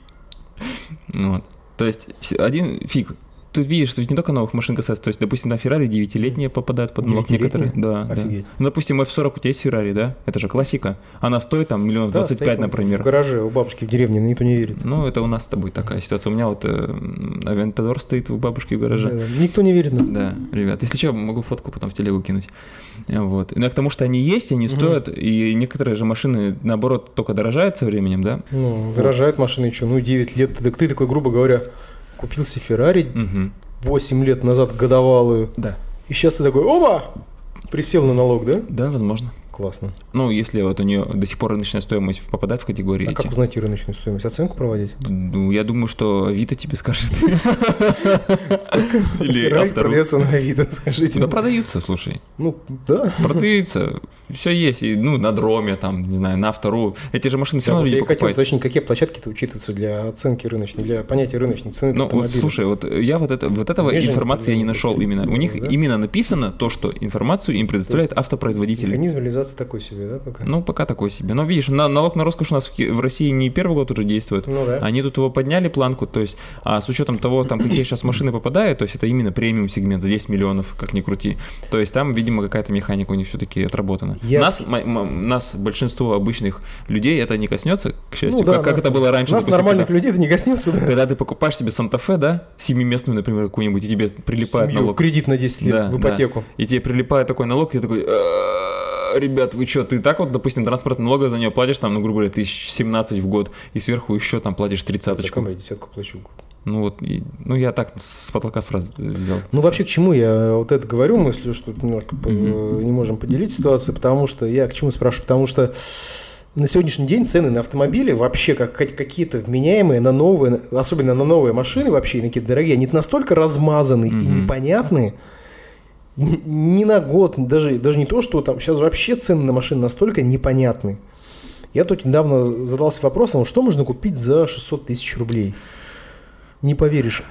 Speaker 3: Ну Вот. То есть, вс- один фиг. Тут видишь, тут не только новых машин касается. То есть, допустим, на Феррари 9-летние попадают под налог
Speaker 4: Девятилетние?
Speaker 3: некоторые. Да, да.
Speaker 4: Офигеть.
Speaker 3: Ну, допустим, F40 у тебя есть Феррари, да? Это же классика. Она стоит там миллионов
Speaker 4: Да,
Speaker 3: 25,
Speaker 4: стоит он в
Speaker 3: Ну, например.
Speaker 4: гараже у бабушки в деревне никто не верит
Speaker 3: Ну, это у нас с тобой такая ситуация. У меня вот э, м, Авентадор стоит у бабушки в гараже.
Speaker 4: Да, да. Никто не верит. нам.
Speaker 3: Да, ребят, если что, могу фотку потом в телегу кинуть. Э, Вот. Но к тому, что они есть, они
Speaker 4: Мгм.
Speaker 3: стоят, и некоторые же машины, наоборот, только дорожают со временем, да?
Speaker 4: Ну, дорожают машины, что, ну, 9 лет. Так ты такой, грубо говоря, купил себе Феррари
Speaker 3: Мгм.
Speaker 4: 8 лет назад годовалую.
Speaker 3: Да.
Speaker 4: И сейчас ты такой, опа, присел на налог, да?
Speaker 3: Да, возможно.
Speaker 4: Классно.
Speaker 3: Ну, если вот у нее до сих пор рыночная стоимость попадает в категории
Speaker 4: А
Speaker 3: эти.
Speaker 4: как узнать ее рыночную стоимость? Оценку проводить?
Speaker 3: Ну, я думаю, что Авито тебе скажет.
Speaker 4: Сколько
Speaker 3: Или
Speaker 4: Феррари
Speaker 3: автору.
Speaker 4: продается на Авито, скажите?
Speaker 3: Да продаются, слушай.
Speaker 4: Ну, да.
Speaker 3: Продаются, все есть. И, ну, на дроме, там, не знаю, на автору. Эти же машины все
Speaker 4: Я
Speaker 3: равно
Speaker 4: вот
Speaker 3: люди
Speaker 4: я и хотел
Speaker 3: покупают.
Speaker 4: уточнить, какие площадки-то учитываются для оценки рыночной, для понятия рыночной цены
Speaker 3: Ну, вот,
Speaker 4: автомобиля.
Speaker 3: слушай, вот я вот, это, вот этого
Speaker 4: Ниже
Speaker 3: информации я не
Speaker 4: информации.
Speaker 3: нашел именно. У них
Speaker 4: Да.
Speaker 3: именно написано то, что информацию им предоставляют автопроизводители.
Speaker 4: Механизм реализации такой себе, да, пока?
Speaker 3: Ну, пока такой себе. Но видишь, на- налог на роскошь у нас в Ки- в России не первый год уже действует.
Speaker 4: Ну да.
Speaker 3: Они тут его подняли планку, то есть а, с учетом того, там какие сейчас машины попадают, то есть это именно премиум сегмент за 10 миллионов, как ни крути. То есть там, видимо, какая-то механика у них все-таки отработана.
Speaker 4: Я-
Speaker 3: Нас, м- м- нас большинство обычных людей это не коснется, к счастью,
Speaker 4: Ну да,
Speaker 3: как, как
Speaker 4: нас-
Speaker 3: это было раньше.
Speaker 4: Нас
Speaker 3: допустим,
Speaker 4: нормальных
Speaker 3: когда-
Speaker 4: людей это не коснется, да?
Speaker 3: когда ты покупаешь себе Санта-Фе, да, семиместную, например, какую-нибудь, и тебе прилипает
Speaker 4: Семью в
Speaker 3: налог.
Speaker 4: кредит на 10 лет,
Speaker 3: Да,
Speaker 4: в ипотеку.
Speaker 3: И тебе прилипает такой налог, и я такой, «Э, ребят, вы что, ты так вот, допустим, транспортный налога за нее платишь, там, ну, грубо говоря, тысяч 17 в год, и сверху еще там платишь
Speaker 4: Зачем
Speaker 3: тридцаточку.
Speaker 4: я десятку плачу?
Speaker 3: Ну, вот, и- ну, я так с потолка фраз взял.
Speaker 4: Ну, вообще, к чему я вот это говорю, мыслю, что немножко по-
Speaker 3: Мгм.
Speaker 4: не можем поделить ситуацию, потому что я к чему спрашиваю, потому что на сегодняшний день цены на автомобили вообще как как- какие-то вменяемые, на новые, особенно на новые машины вообще, и на какие-то дорогие, они настолько размазаны и
Speaker 3: Мгм.
Speaker 4: непонятны, н- ни на год, даже, даже не то, что там сейчас вообще цены на машины настолько непонятны. Я тут недавно задался вопросом, что можно купить за 600 тысяч рублей. Не поверишь.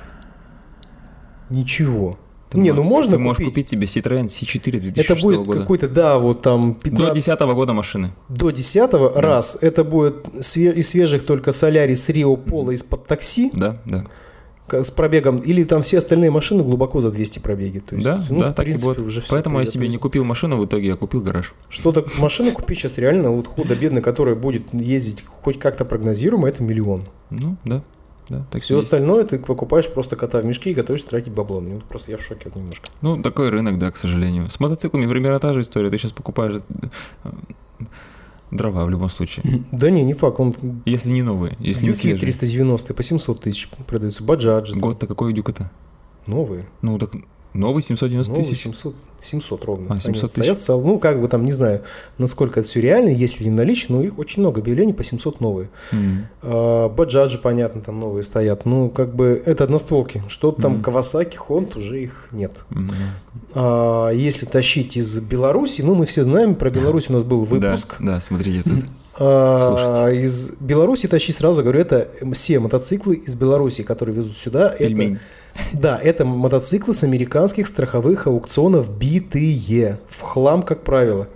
Speaker 4: Ничего.
Speaker 3: Ты
Speaker 4: не,
Speaker 3: мо-
Speaker 4: ну можно
Speaker 3: Ты можешь купить
Speaker 4: купить.
Speaker 3: себе Citroёn C4
Speaker 4: Это
Speaker 3: 2006
Speaker 4: будет
Speaker 3: года.
Speaker 4: какой-то, да, вот там
Speaker 3: До
Speaker 4: 15,
Speaker 3: 10 года машины.
Speaker 4: до 10 раз. Это будет све- из свежих только Солярис Рио Пола из-под такси
Speaker 3: Да, да.
Speaker 4: к- с пробегом. Или там все остальные машины глубоко за 200 пробеги. То есть,
Speaker 3: да,
Speaker 4: ну,
Speaker 3: да,
Speaker 4: в
Speaker 3: так и
Speaker 4: принципе,
Speaker 3: будет.
Speaker 4: уже всё
Speaker 3: Поэтому я
Speaker 4: приготовилось.
Speaker 3: себе не купил машину, в итоге я купил гараж.
Speaker 4: Что-то машину купить сейчас реально, вот худо-бедно, которая будет ездить хоть как-то прогнозируемо, это миллион.
Speaker 3: Ну, да, да. Так и
Speaker 4: Все
Speaker 3: есть.
Speaker 4: остальное ты покупаешь просто кота в мешке и готовишься тратить бабло. Мне вот просто я в шоке вот немножко.
Speaker 3: Ну, такой рынок, да, к сожалению. С мотоциклами примерно та же история. Ты сейчас покупаешь э, дрова в любом случае.
Speaker 4: Да не, не факт. Он
Speaker 3: Если не новые, если не
Speaker 4: Юки
Speaker 3: свежие.
Speaker 4: 390 по 700 тысяч продаются. Баджаджи. там
Speaker 3: Год-то какой у Дюка-то?
Speaker 4: Новые.
Speaker 3: Ну, так новый 790
Speaker 4: Новые
Speaker 3: тысяч.
Speaker 4: 700, 700 Ну, ровно.
Speaker 3: А, 700 тысяч.
Speaker 4: стоят в цел- ну, как бы там, не знаю, насколько это все реально, если не наличие, но их очень много объявлений по 700 новые.
Speaker 3: М.
Speaker 4: А, Баджаджи, понятно, там новые стоят. Ну, как бы это одностволки. Что-то там
Speaker 3: Мгм.
Speaker 4: Кавасаки, Хонд, уже их нет.
Speaker 3: М, да.
Speaker 4: А, если тащить из Беларуси, ну мы все знаем, про Беларусь у нас был выпуск.
Speaker 3: Да, да, смотрите тут.
Speaker 4: А, из Беларуси тащить сразу говорю, это все мотоциклы из Беларуси, которые везут сюда. Это,
Speaker 3: Пельмень.
Speaker 4: да, это мотоциклы с американских страховых аукционов битые. В хлам, как правило.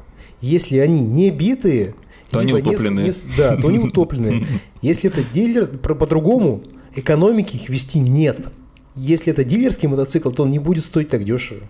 Speaker 4: Если они не битые,
Speaker 3: То они
Speaker 4: либо не с-
Speaker 3: утопленные.
Speaker 4: не с- да, то они утопленные. Если это дилер, про- по-другому экономики их вести нет. Если это дилерский мотоцикл, то он не будет стоить так дешево.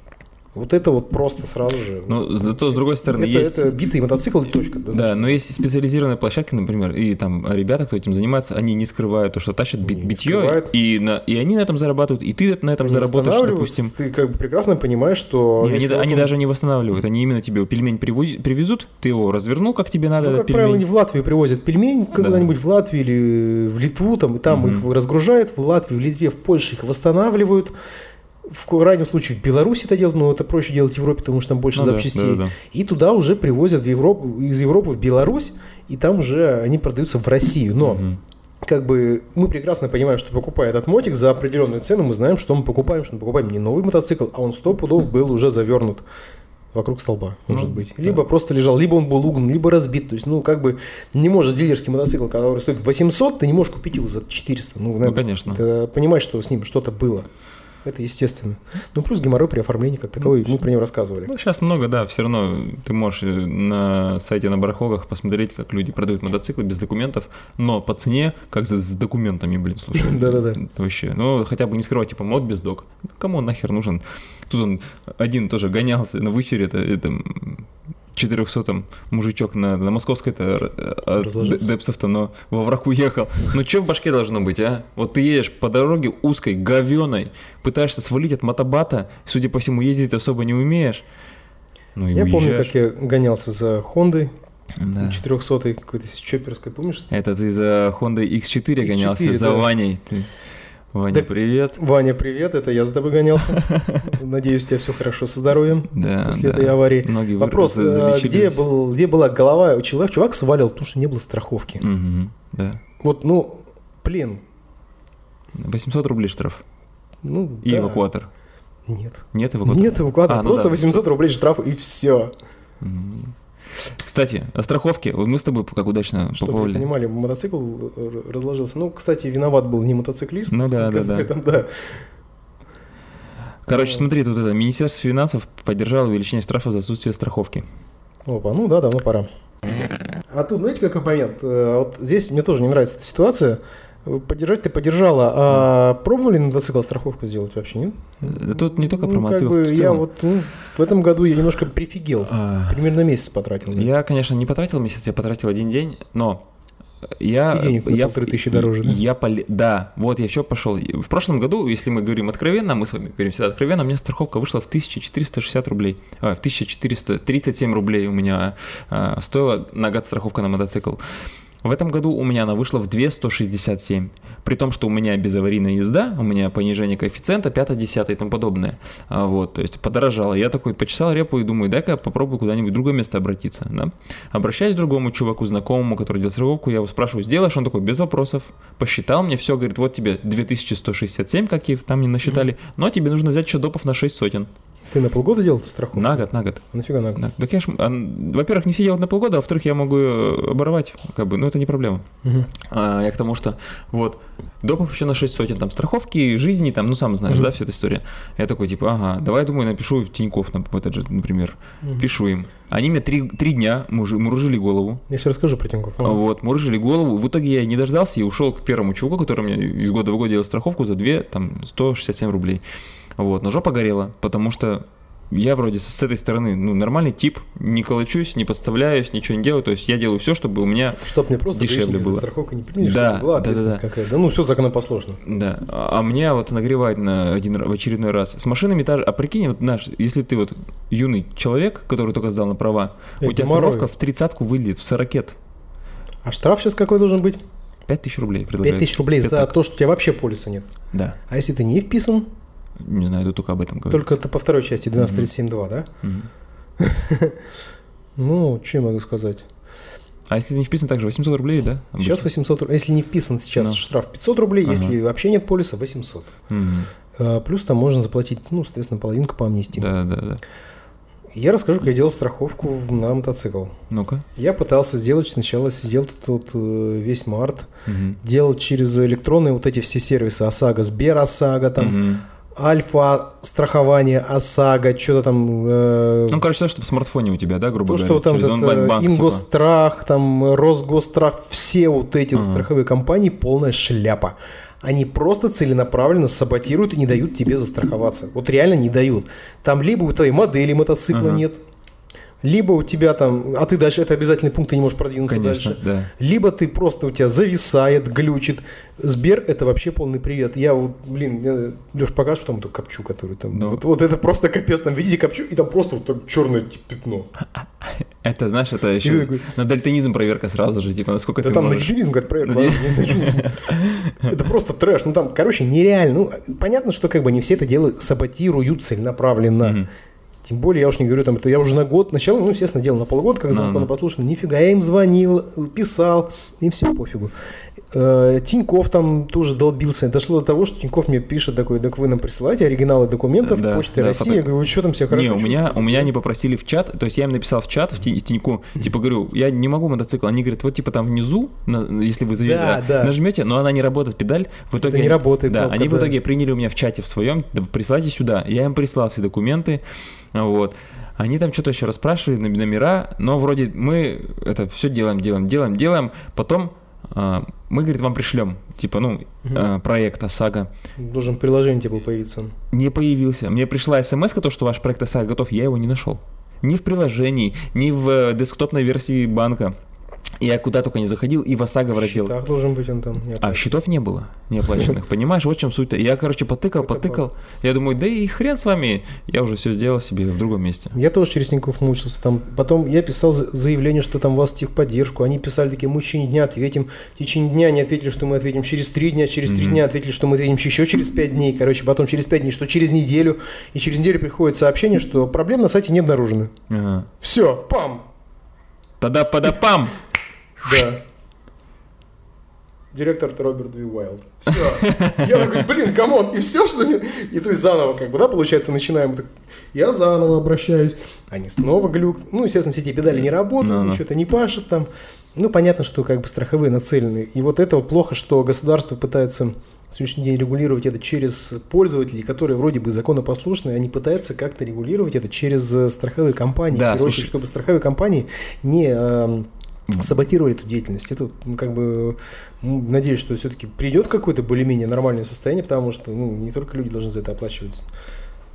Speaker 4: Вот это вот просто сразу же.
Speaker 3: Ну, зато, с другой стороны,
Speaker 4: это,
Speaker 3: есть...
Speaker 4: это битый мотоцикл и точка.
Speaker 3: Да, но есть специализированные площадки, например, и там ребята, кто этим занимается, они не скрывают то, что тащат
Speaker 4: Не,
Speaker 3: бит-
Speaker 4: не
Speaker 3: битье,
Speaker 4: скрывают.
Speaker 3: и, на, и они на этом зарабатывают, и ты на этом
Speaker 4: Они
Speaker 3: заработаешь,
Speaker 4: останавливаются,
Speaker 3: допустим.
Speaker 4: Ты как бы прекрасно понимаешь, что...
Speaker 3: Не, они,
Speaker 4: если вот
Speaker 3: они
Speaker 4: он-
Speaker 3: даже не восстанавливают, они именно тебе пельмень привуз- привезут, ты его развернул, как тебе надо,
Speaker 4: Ну,
Speaker 3: этот
Speaker 4: как
Speaker 3: пельмень.
Speaker 4: правило, не в Латвию привозят пельмень куда-нибудь в Латвию или в Литву, там, и там
Speaker 3: Мгм.
Speaker 4: их разгружают, в Латвии, в Литве, в Польше их восстанавливают. В ко- крайнем случае в Беларуси это делают, но это проще делать в Европе, потому что там больше
Speaker 3: Ну да,
Speaker 4: запчастей.
Speaker 3: да, да.
Speaker 4: И туда уже привозят в Европу, из Европы в Беларусь, и там уже они продаются в Россию. Но
Speaker 3: Мгм.
Speaker 4: как бы мы прекрасно понимаем, что покупая этот мотик за определенную цену, мы знаем, что мы покупаем, что мы покупаем не новый мотоцикл, а он сто пудов был уже завернут вокруг столба,
Speaker 3: Ну,
Speaker 4: может быть.
Speaker 3: да.
Speaker 4: Либо просто лежал, либо он был угнан, либо разбит. То есть, ну, как бы не может дилерский мотоцикл, который стоит 800, ты не можешь купить его за 400. Ну,
Speaker 3: Ну,
Speaker 4: надо
Speaker 3: конечно.
Speaker 4: это понимать, что с ним что-то было. Это естественно. Ну, плюс геморрой при оформлении как таковой, мы про него рассказывали.
Speaker 3: Ну, сейчас много, да, все равно ты можешь э, на сайте на барахолках посмотреть, как люди продают мотоциклы без документов, но по цене, как за- с документами, блин, слушай.
Speaker 4: Да-да-да.
Speaker 3: Это Вообще, ну, хотя бы не скрывать, типа, мод без док. Ну, Кому он нахер нужен? Тут он один тоже гонялся на вычере, это, это м, 400 там мужичок на, на московской это э,
Speaker 4: Разложился.
Speaker 3: депсов-то, но во враг уехал. Ну что в башке должно быть, а? Вот ты едешь по дороге узкой, говеной, пытаешься свалить от мотобата, судя по всему, ездить ты особо не умеешь. Ну и
Speaker 4: Я помню,
Speaker 3: уезжаешь.
Speaker 4: как я гонялся за Хондой
Speaker 3: Да.
Speaker 4: 400 какой-то с чоперской, помнишь?
Speaker 3: Это ты за Honda X4
Speaker 4: X4,
Speaker 3: гонялся, за
Speaker 4: да.
Speaker 3: Ваней. Ты- Ваня,
Speaker 4: Да-
Speaker 3: привет.
Speaker 4: Ваня, привет, это я за тобой гонялся. Надеюсь, у тебя все хорошо со здоровьем
Speaker 3: Да,
Speaker 4: после
Speaker 3: да. Ну,
Speaker 4: этой аварии.
Speaker 3: Ноги
Speaker 4: Вопрос,
Speaker 3: вырваны,
Speaker 4: а,
Speaker 3: залечили.
Speaker 4: где, был, где была голова у человека? Чувак свалил, потому что не было страховки.
Speaker 3: Мгм, да.
Speaker 4: Вот, ну, блин.
Speaker 3: 800 рублей штраф.
Speaker 4: Ну,
Speaker 3: И
Speaker 4: да.
Speaker 3: эвакуатор.
Speaker 4: Нет.
Speaker 3: Нет эвакуатора?
Speaker 4: Нет эвакуатора,
Speaker 3: А, ну
Speaker 4: просто
Speaker 3: да.
Speaker 4: 800 рублей штрафа и все.
Speaker 3: Кстати, о страховке. Вот мы с тобой как удачно
Speaker 4: Чтобы вы
Speaker 3: попали.
Speaker 4: понимали, мотоцикл э, разложился. Ну, кстати, виноват был не мотоциклист.
Speaker 3: Ну да,
Speaker 4: насколько
Speaker 3: да,
Speaker 4: я знаю, там, да.
Speaker 3: Короче, смотри, тут это Министерство финансов поддержало увеличение штрафа за отсутствие страховки.
Speaker 4: Опа, ну да, давно пора. А тут, знаете, какой момент? Э, Вот здесь мне тоже не нравится эта ситуация. Поддержать ты поддержала, а пробовали на мотоцикл страховку сделать вообще, нет?
Speaker 3: Э, Тут не только про
Speaker 4: ну, как
Speaker 3: мотоцикл,
Speaker 4: бы
Speaker 3: в
Speaker 4: я
Speaker 3: целом.
Speaker 4: вот ну, в этом году я немножко прифигел.
Speaker 3: А,
Speaker 4: Примерно месяц потратил. на это.
Speaker 3: Я, конечно, не потратил месяц, я потратил один день, но э, я...
Speaker 4: И денег на
Speaker 3: я,
Speaker 4: полторы тысячи дороже, да?
Speaker 3: Да? Я поле- да, вот я еще пошел. В прошлом году, если мы говорим откровенно, мы с вами говорим всегда откровенно, у меня страховка вышла в 1460 рублей. А, в 1437 рублей у меня а, стоила нога страховка на мотоцикл. В этом году у меня она вышла в 2167, при том, что у меня безаварийная езда, у меня понижение коэффициента 5, 10 и тому подобное. А, Вот, то есть подорожало. Я такой почесал репу и думаю, дай-ка я попробую куда-нибудь в другое место обратиться. Да? Обращаюсь к другому чуваку, знакомому, который делал страховку, я его спрашиваю, сделаешь? Он такой, без вопросов. Посчитал мне все, говорит, вот тебе 2167, какие там не насчитали, но тебе нужно взять еще допов на 6 сотен.
Speaker 4: Ты на полгода делал эту страховку?
Speaker 3: На год, на год.
Speaker 4: А Нафига на год?
Speaker 3: Да, так я ж, а, во-первых, не все делают на полгода, а во-вторых, я могу э, оборвать, как бы, ну это не проблема.
Speaker 4: Мгм.
Speaker 3: А, я к тому, что вот, допов еще на 6 сотен, там, страховки, жизни, там, ну, сам знаешь, да, вся эта история. Я такой, типа, ага, давай, думаю, напишу в Тинькофф, на- в этот же, например, пишу им. Они мне три, три дня мужи- мурыжили голову,
Speaker 4: Я сейчас расскажу про Тинькофф. Ладно.
Speaker 3: вот, мурыжили голову, в итоге я не дождался и ушел к первому чуваку, который мне из года в год делал страховку за 2, там, 167 рублей. Вот, но жопа горела, потому что я вроде с этой стороны, ну, нормальный тип, не колочусь, не подставляюсь, ничего не делаю, то есть я делаю все, чтобы у меня
Speaker 4: Чтоб мне просто
Speaker 3: Дешевле
Speaker 4: гаишники за
Speaker 3: было.
Speaker 4: страховку не приняли,
Speaker 3: Да,
Speaker 4: чтобы была
Speaker 3: да, да,
Speaker 4: ответственность
Speaker 3: да.
Speaker 4: какая-то. Да ну все законопослушно.
Speaker 3: Да, а а меня вот нагревает на один, р- в очередной раз. С машинами та же, а прикинь, вот наш, если ты вот юный человек, который только сдал на права,
Speaker 4: Э,
Speaker 3: у тебя
Speaker 4: геморрой.
Speaker 3: остановка в тридцатку выльет, в сорокет.
Speaker 4: А штраф сейчас какой должен быть?
Speaker 3: 5000 рублей предлагают.
Speaker 4: 5000 рублей за
Speaker 3: Пятак.
Speaker 4: то, что у тебя вообще полиса нет.
Speaker 3: Да.
Speaker 4: А если ты не вписан,
Speaker 3: Не знаю, тут только об этом говорю.
Speaker 4: Только это по второй части 12.37.2, да? Ну, что я могу сказать?
Speaker 3: А если не вписан, также 800 рублей, да? обычно?
Speaker 4: Сейчас 800 рублей. Если не вписан сейчас,
Speaker 3: Ну.
Speaker 4: штраф 500 рублей.
Speaker 3: Ага.
Speaker 4: Если вообще нет полиса, 800.
Speaker 3: Мгм.
Speaker 4: А, Плюс там можно заплатить, ну, соответственно, половинку по амнистии.
Speaker 3: Да, да, да.
Speaker 4: Я расскажу, как я делал страховку в- на мотоцикл.
Speaker 3: Ну-ка.
Speaker 4: Я пытался сделать сначала, сидел тут, вот, э, весь март,
Speaker 3: Мгм.
Speaker 4: делал через электронные вот эти все сервисы ОСАГО, Сбер ОСАГО, там,
Speaker 3: Мгм.
Speaker 4: Альфа, страхование ОСАГО, что-то там... э,
Speaker 3: Ну, короче, то, что в смартфоне у тебя, да, грубо
Speaker 4: То,
Speaker 3: говоря,
Speaker 4: что там
Speaker 3: через
Speaker 4: этот,
Speaker 3: онлайн-банк,
Speaker 4: э,
Speaker 3: типа.
Speaker 4: Ингосстрах, там Росгосстрах, все вот эти вот
Speaker 3: Ага.
Speaker 4: страховые компании полная шляпа. Они просто целенаправленно саботируют и не дают тебе застраховаться. Вот реально не дают. Там либо у твоей модели мотоцикла
Speaker 3: Ага.
Speaker 4: нет, либо у тебя там, а ты дальше, это обязательный пункт, ты не можешь продвинуться
Speaker 3: Конечно,
Speaker 4: дальше.
Speaker 3: да.
Speaker 4: Либо ты просто у тебя зависает, глючит. Сбер – это вообще полный привет. Я вот, блин, Леш, покажешь там эту копчу, который там.
Speaker 3: Ну.
Speaker 4: Вот, вот это просто капец, там видите копчу, и там просто вот так черное пятно.
Speaker 3: Это, знаешь, это
Speaker 4: Я
Speaker 3: еще
Speaker 4: такой-
Speaker 3: на дальтонизм проверка сразу же, типа, насколько
Speaker 4: Да
Speaker 3: ты
Speaker 4: там на
Speaker 3: можешь.
Speaker 4: дебилизм, говорят, проверка.
Speaker 3: Ну,
Speaker 4: ладно, не знаю, что здесь. Это просто трэш. Ну там, короче, нереально. Ну, понятно, что как бы не все это дело саботируют целенаправленно.
Speaker 3: Мгм.
Speaker 4: Тем более, я уж не говорю, там, это я уже на год начал, ну, естественно, делал на полгода, как
Speaker 3: Да, да.
Speaker 4: законопослушный, нифига, я им звонил, писал, им все пофигу. Э, Тиньков там тоже долбился, дошло до того, что Тиньков мне пишет такой, так вы нам присылаете оригиналы документов,
Speaker 3: Да,
Speaker 4: Почты
Speaker 3: да,
Speaker 4: России,
Speaker 3: потом-
Speaker 4: я говорю, что там все хорошо
Speaker 3: не, у меня, у меня они попросили в чат, то есть я им написал в чат, в Тин- Тиньку, типа говорю, я не могу мотоцикл, они говорят, вот типа там внизу, на- если вы зайдете,
Speaker 4: Да, да.
Speaker 3: нажмете, но она не работает, педаль, в итоге...
Speaker 4: не работает
Speaker 3: Да,
Speaker 4: кнопка,
Speaker 3: они в
Speaker 4: да.
Speaker 3: итоге приняли у меня в чате в своем, «Да присылайте сюда, я им прислал все документы, вот. Они там что-то еще расспрашивали, номер- номера, но вроде мы это все делаем, делаем, делаем, делаем, потом а, мы, говорит, вам пришлем, типа, ну, а, проект ОСАГО.
Speaker 4: чувствуете. Должен приложение тебе был появиться.
Speaker 3: не появился. Мне пришла смс то, что ваш проект ОСАГО готов, я его не нашел. Ни в приложении, ни в э, десктопной версии банка. Я куда только не заходил, и в ОСАГО в
Speaker 4: В
Speaker 3: раздел.
Speaker 4: счетах должен быть он там. не
Speaker 3: А
Speaker 4: оплачен.
Speaker 3: счетов не было неоплаченных, понимаешь, вот в чем суть-то. Я, короче, потыкал,
Speaker 4: Это
Speaker 3: потыкал. Я думаю, да и хрен с вами, я уже все сделал себе в другом месте.
Speaker 4: Я тоже через Тинькофф мучился. Там. Потом я писал за- заявление, что там вас техподдержку. Они писали такие, мы в течение дня ответим. В течение дня не ответили, что мы ответим. Через три дня, через три дня ответили, что мы ответим еще через пять дней. Короче, потом через пять дней, что через неделю. И через неделю приходит сообщение, что проблем на сайте не обнаружено.
Speaker 3: Ага.
Speaker 4: Все, пам!
Speaker 3: Тогда подапам!
Speaker 4: Да. Директор Роберт Ви Уайлд. Все. Я такой, блин, камон, и все, что ли? И то есть заново, как бы, да, получается, начинаем. так, Я заново обращаюсь. Они снова глюк. Ну, естественно, все эти педали не работают,
Speaker 3: Ну-ну.
Speaker 4: что-то не пашет там. Ну, понятно, что как бы страховые нацелены. И вот этого плохо, что государство пытается на сегодняшний день регулировать это через пользователей, которые вроде бы законопослушные, они пытаются как-то регулировать это через э, страховые компании.
Speaker 3: Да,
Speaker 4: в первую очередь,
Speaker 3: слушай.
Speaker 4: чтобы страховые компании не эм, саботировали эту деятельность. Это вот, ну, как бы м, надеюсь, что все-таки придет какое-то более-менее нормальное состояние, потому что ну, не только люди должны за это оплачивать.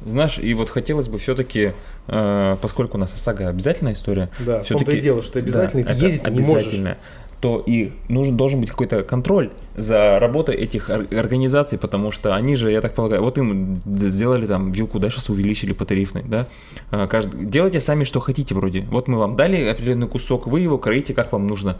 Speaker 3: Знаешь, и вот хотелось бы все-таки, поскольку у нас ОСАГО обязательная история,
Speaker 4: Да, в том-то и
Speaker 3: Всё-таки-
Speaker 4: дело, что обязательно
Speaker 3: Да,
Speaker 4: ты
Speaker 3: это
Speaker 4: ездить не можешь.
Speaker 3: обязательно. то и нужен, должен быть какой-то контроль за работой этих ор- организаций, потому что они же, я так полагаю, вот им д- сделали там вилку, да, сейчас увеличили по тарифной, да, А, кажд- делайте сами, что хотите вроде, вот мы вам дали определенный кусок, вы его кроите, как вам нужно.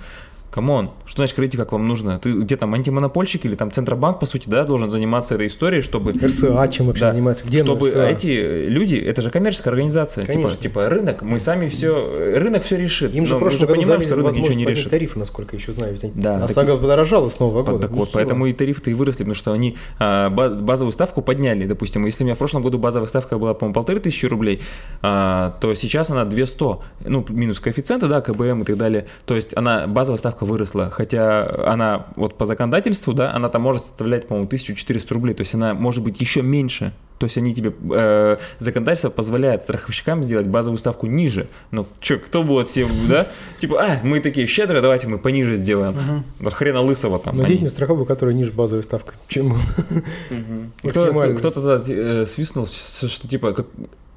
Speaker 3: Камон, что значит кроите, как вам нужно? Ты где там антимонопольщик или там Центробанк, по сути, да, должен заниматься этой историей, чтобы
Speaker 4: РСА а чем вообще
Speaker 3: да.
Speaker 4: занимается? Где
Speaker 3: чтобы
Speaker 4: РСА?
Speaker 3: эти э, люди, это же коммерческая организация, типа,
Speaker 4: Конечно.
Speaker 3: типа рынок, мы сами все, рынок все решит.
Speaker 4: Им же
Speaker 3: Но
Speaker 4: в
Speaker 3: ну, мы
Speaker 4: прошлом году
Speaker 3: понимаем,
Speaker 4: дали
Speaker 3: что рынок ничего
Speaker 4: возможность
Speaker 3: не
Speaker 4: поднять
Speaker 3: решит.
Speaker 4: тарифы, насколько я еще знаю. Ведь они-
Speaker 3: Да,
Speaker 4: а
Speaker 3: так-
Speaker 4: ОСАГО подорожало с нового года. Ну,
Speaker 3: Вот так вот,
Speaker 4: нехило.
Speaker 3: поэтому и тарифы и выросли, потому что они а, ба- базовую ставку подняли, допустим, если у меня в прошлом году базовая ставка была, по-моему, полторы тысячи рублей, а, то сейчас она 200, ну, минус коэффициенты, да, КБМ и так далее, то есть она, базовая ставка выросла, хотя она вот по законодательству, да, она там может составлять, по-моему, 1400 рублей, то есть она может быть еще меньше, то есть они тебе, э, законодательство позволяет страховщикам сделать базовую ставку ниже. Ну, чё, кто будет все, да? Типа, а, мы такие щедрые, давайте мы пониже сделаем. Да хрена лысого там.
Speaker 4: Но
Speaker 3: они.
Speaker 4: деньги на страховую, которая ниже базовой ставки. Чем
Speaker 3: И кто- кто-
Speaker 4: максимально.
Speaker 3: Кто-то да, э, свистнул, что что типа, как-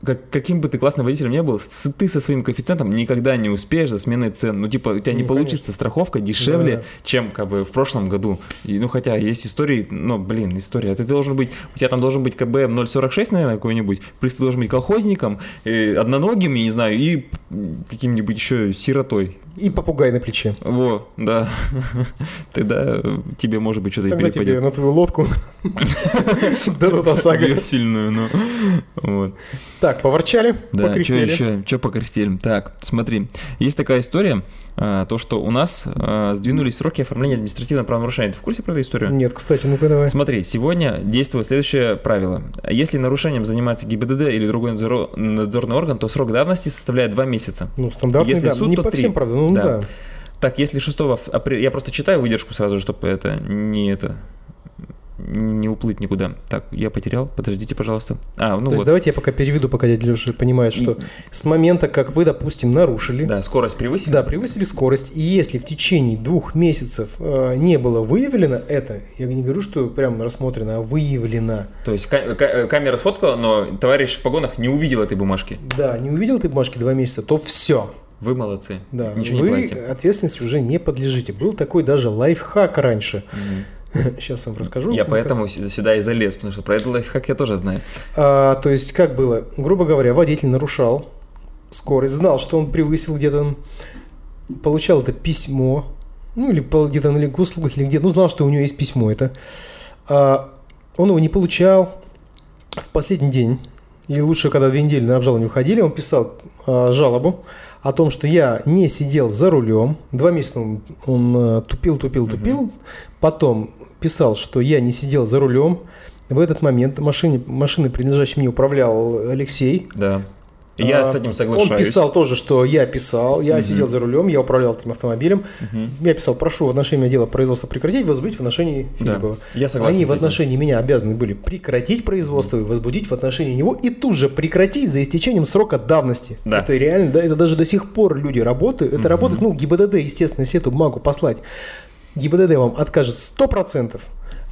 Speaker 3: как- каким бы ты классным водителем не был, с- ты со своим коэффициентом никогда не успеешь за сменой цен. Ну, типа, у тебя не
Speaker 4: Ну,
Speaker 3: получится страховка дешевле,
Speaker 4: Да-да.
Speaker 3: чем как бы в прошлом году. И, ну, хотя есть истории, но, блин, история. Ты должен быть, у тебя там должен быть КБМ 0,46, наверное, какой-нибудь, плюс ты должен быть колхозником, э, одноногим, я не знаю, и м, каким-нибудь еще сиротой.
Speaker 4: И попугай на плече.
Speaker 3: Во, да. Тогда э, тебе, может быть, что-то и
Speaker 4: Тогда тебе
Speaker 3: перепадет.
Speaker 4: на твою лодку дадут ОСАГО.
Speaker 3: Бью сильную, ну. Вот.
Speaker 4: Так, поворчали,
Speaker 3: Да, что
Speaker 4: покричали.
Speaker 3: еще? Что покряхтелим? Так, смотри, есть такая история, а, то, что у нас а, сдвинулись сроки оформления административного правонарушения. Ты в курсе про эту историю?
Speaker 4: Нет, кстати, ну-ка давай.
Speaker 3: Смотри, сегодня действует следующее правило. Если нарушением занимается ГИБДД или другой надзоро- надзорный орган, то срок давности составляет 2 месяца.
Speaker 4: Ну, стандартный,
Speaker 3: Если
Speaker 4: да.
Speaker 3: суд,
Speaker 4: не
Speaker 3: то
Speaker 4: по
Speaker 3: три.
Speaker 4: всем, правда, ну
Speaker 3: Да.
Speaker 4: да.
Speaker 3: Так, если 6 апреля... Я просто читаю выдержку сразу, чтобы это не это не не уплыть никуда. Так, я потерял. Подождите, пожалуйста. А, ну
Speaker 4: То есть
Speaker 3: вот.
Speaker 4: давайте я пока переведу, пока дядя Леша понимает, что с момента, как вы, допустим, нарушили,
Speaker 3: Да, скорость превысили.
Speaker 4: да, превысили скорость, и если в течение двух месяцев э, не было выявлено это, я не говорю, что прям рассмотрено, а выявлено,
Speaker 3: То есть ка- ка- э, камера сфоткала, но товарищ в погонах не увидел этой бумажки.
Speaker 4: да, не увидел ты бумажки два месяца, то все,
Speaker 3: Вы молодцы.
Speaker 4: да,
Speaker 3: Ничего
Speaker 4: вы
Speaker 3: не платите.
Speaker 4: ответственности уже не подлежите. Был такой даже лайфхак раньше. Сейчас вам расскажу.
Speaker 3: Я
Speaker 4: Ну, как-
Speaker 3: поэтому с- сюда и залез, потому что про этот лайфхак я тоже знаю.
Speaker 4: А, то есть, как было? Грубо говоря, водитель нарушал скорость, знал, что он превысил где-то, получал это письмо, ну или пол- где-то на услугах, или где ну знал, что у него есть письмо это. А, он его не получал в последний день, или лучше, когда две недели на обжалование уходили, он писал а, жалобу о том, что я не сидел за рулем, два месяца он, он, э, тупил, тупил, тупил, потом писал, что я не сидел за рулем, в этот момент машине, машиной, принадлежащей мне, управлял Алексей.
Speaker 3: Да. И Я
Speaker 4: А,
Speaker 3: с этим соглашаюсь.
Speaker 4: Он писал тоже, что я писал, я сидел за рулем, я управлял этим автомобилем.
Speaker 3: Мгм.
Speaker 4: Я писал, прошу в отношении отдела производства прекратить, возбудить в отношении
Speaker 3: Да.
Speaker 4: Филиппова.
Speaker 3: Я согласен.
Speaker 4: Они
Speaker 3: с
Speaker 4: в
Speaker 3: этим.
Speaker 4: отношении меня обязаны были прекратить производство и возбудить в отношении него и тут же прекратить за истечением срока давности.
Speaker 3: Да.
Speaker 4: Это реально, да, это даже до сих пор люди работают. Это работает, ну, ГИБДД, естественно, если эту бумагу послать, ГИБДД вам откажет 100%.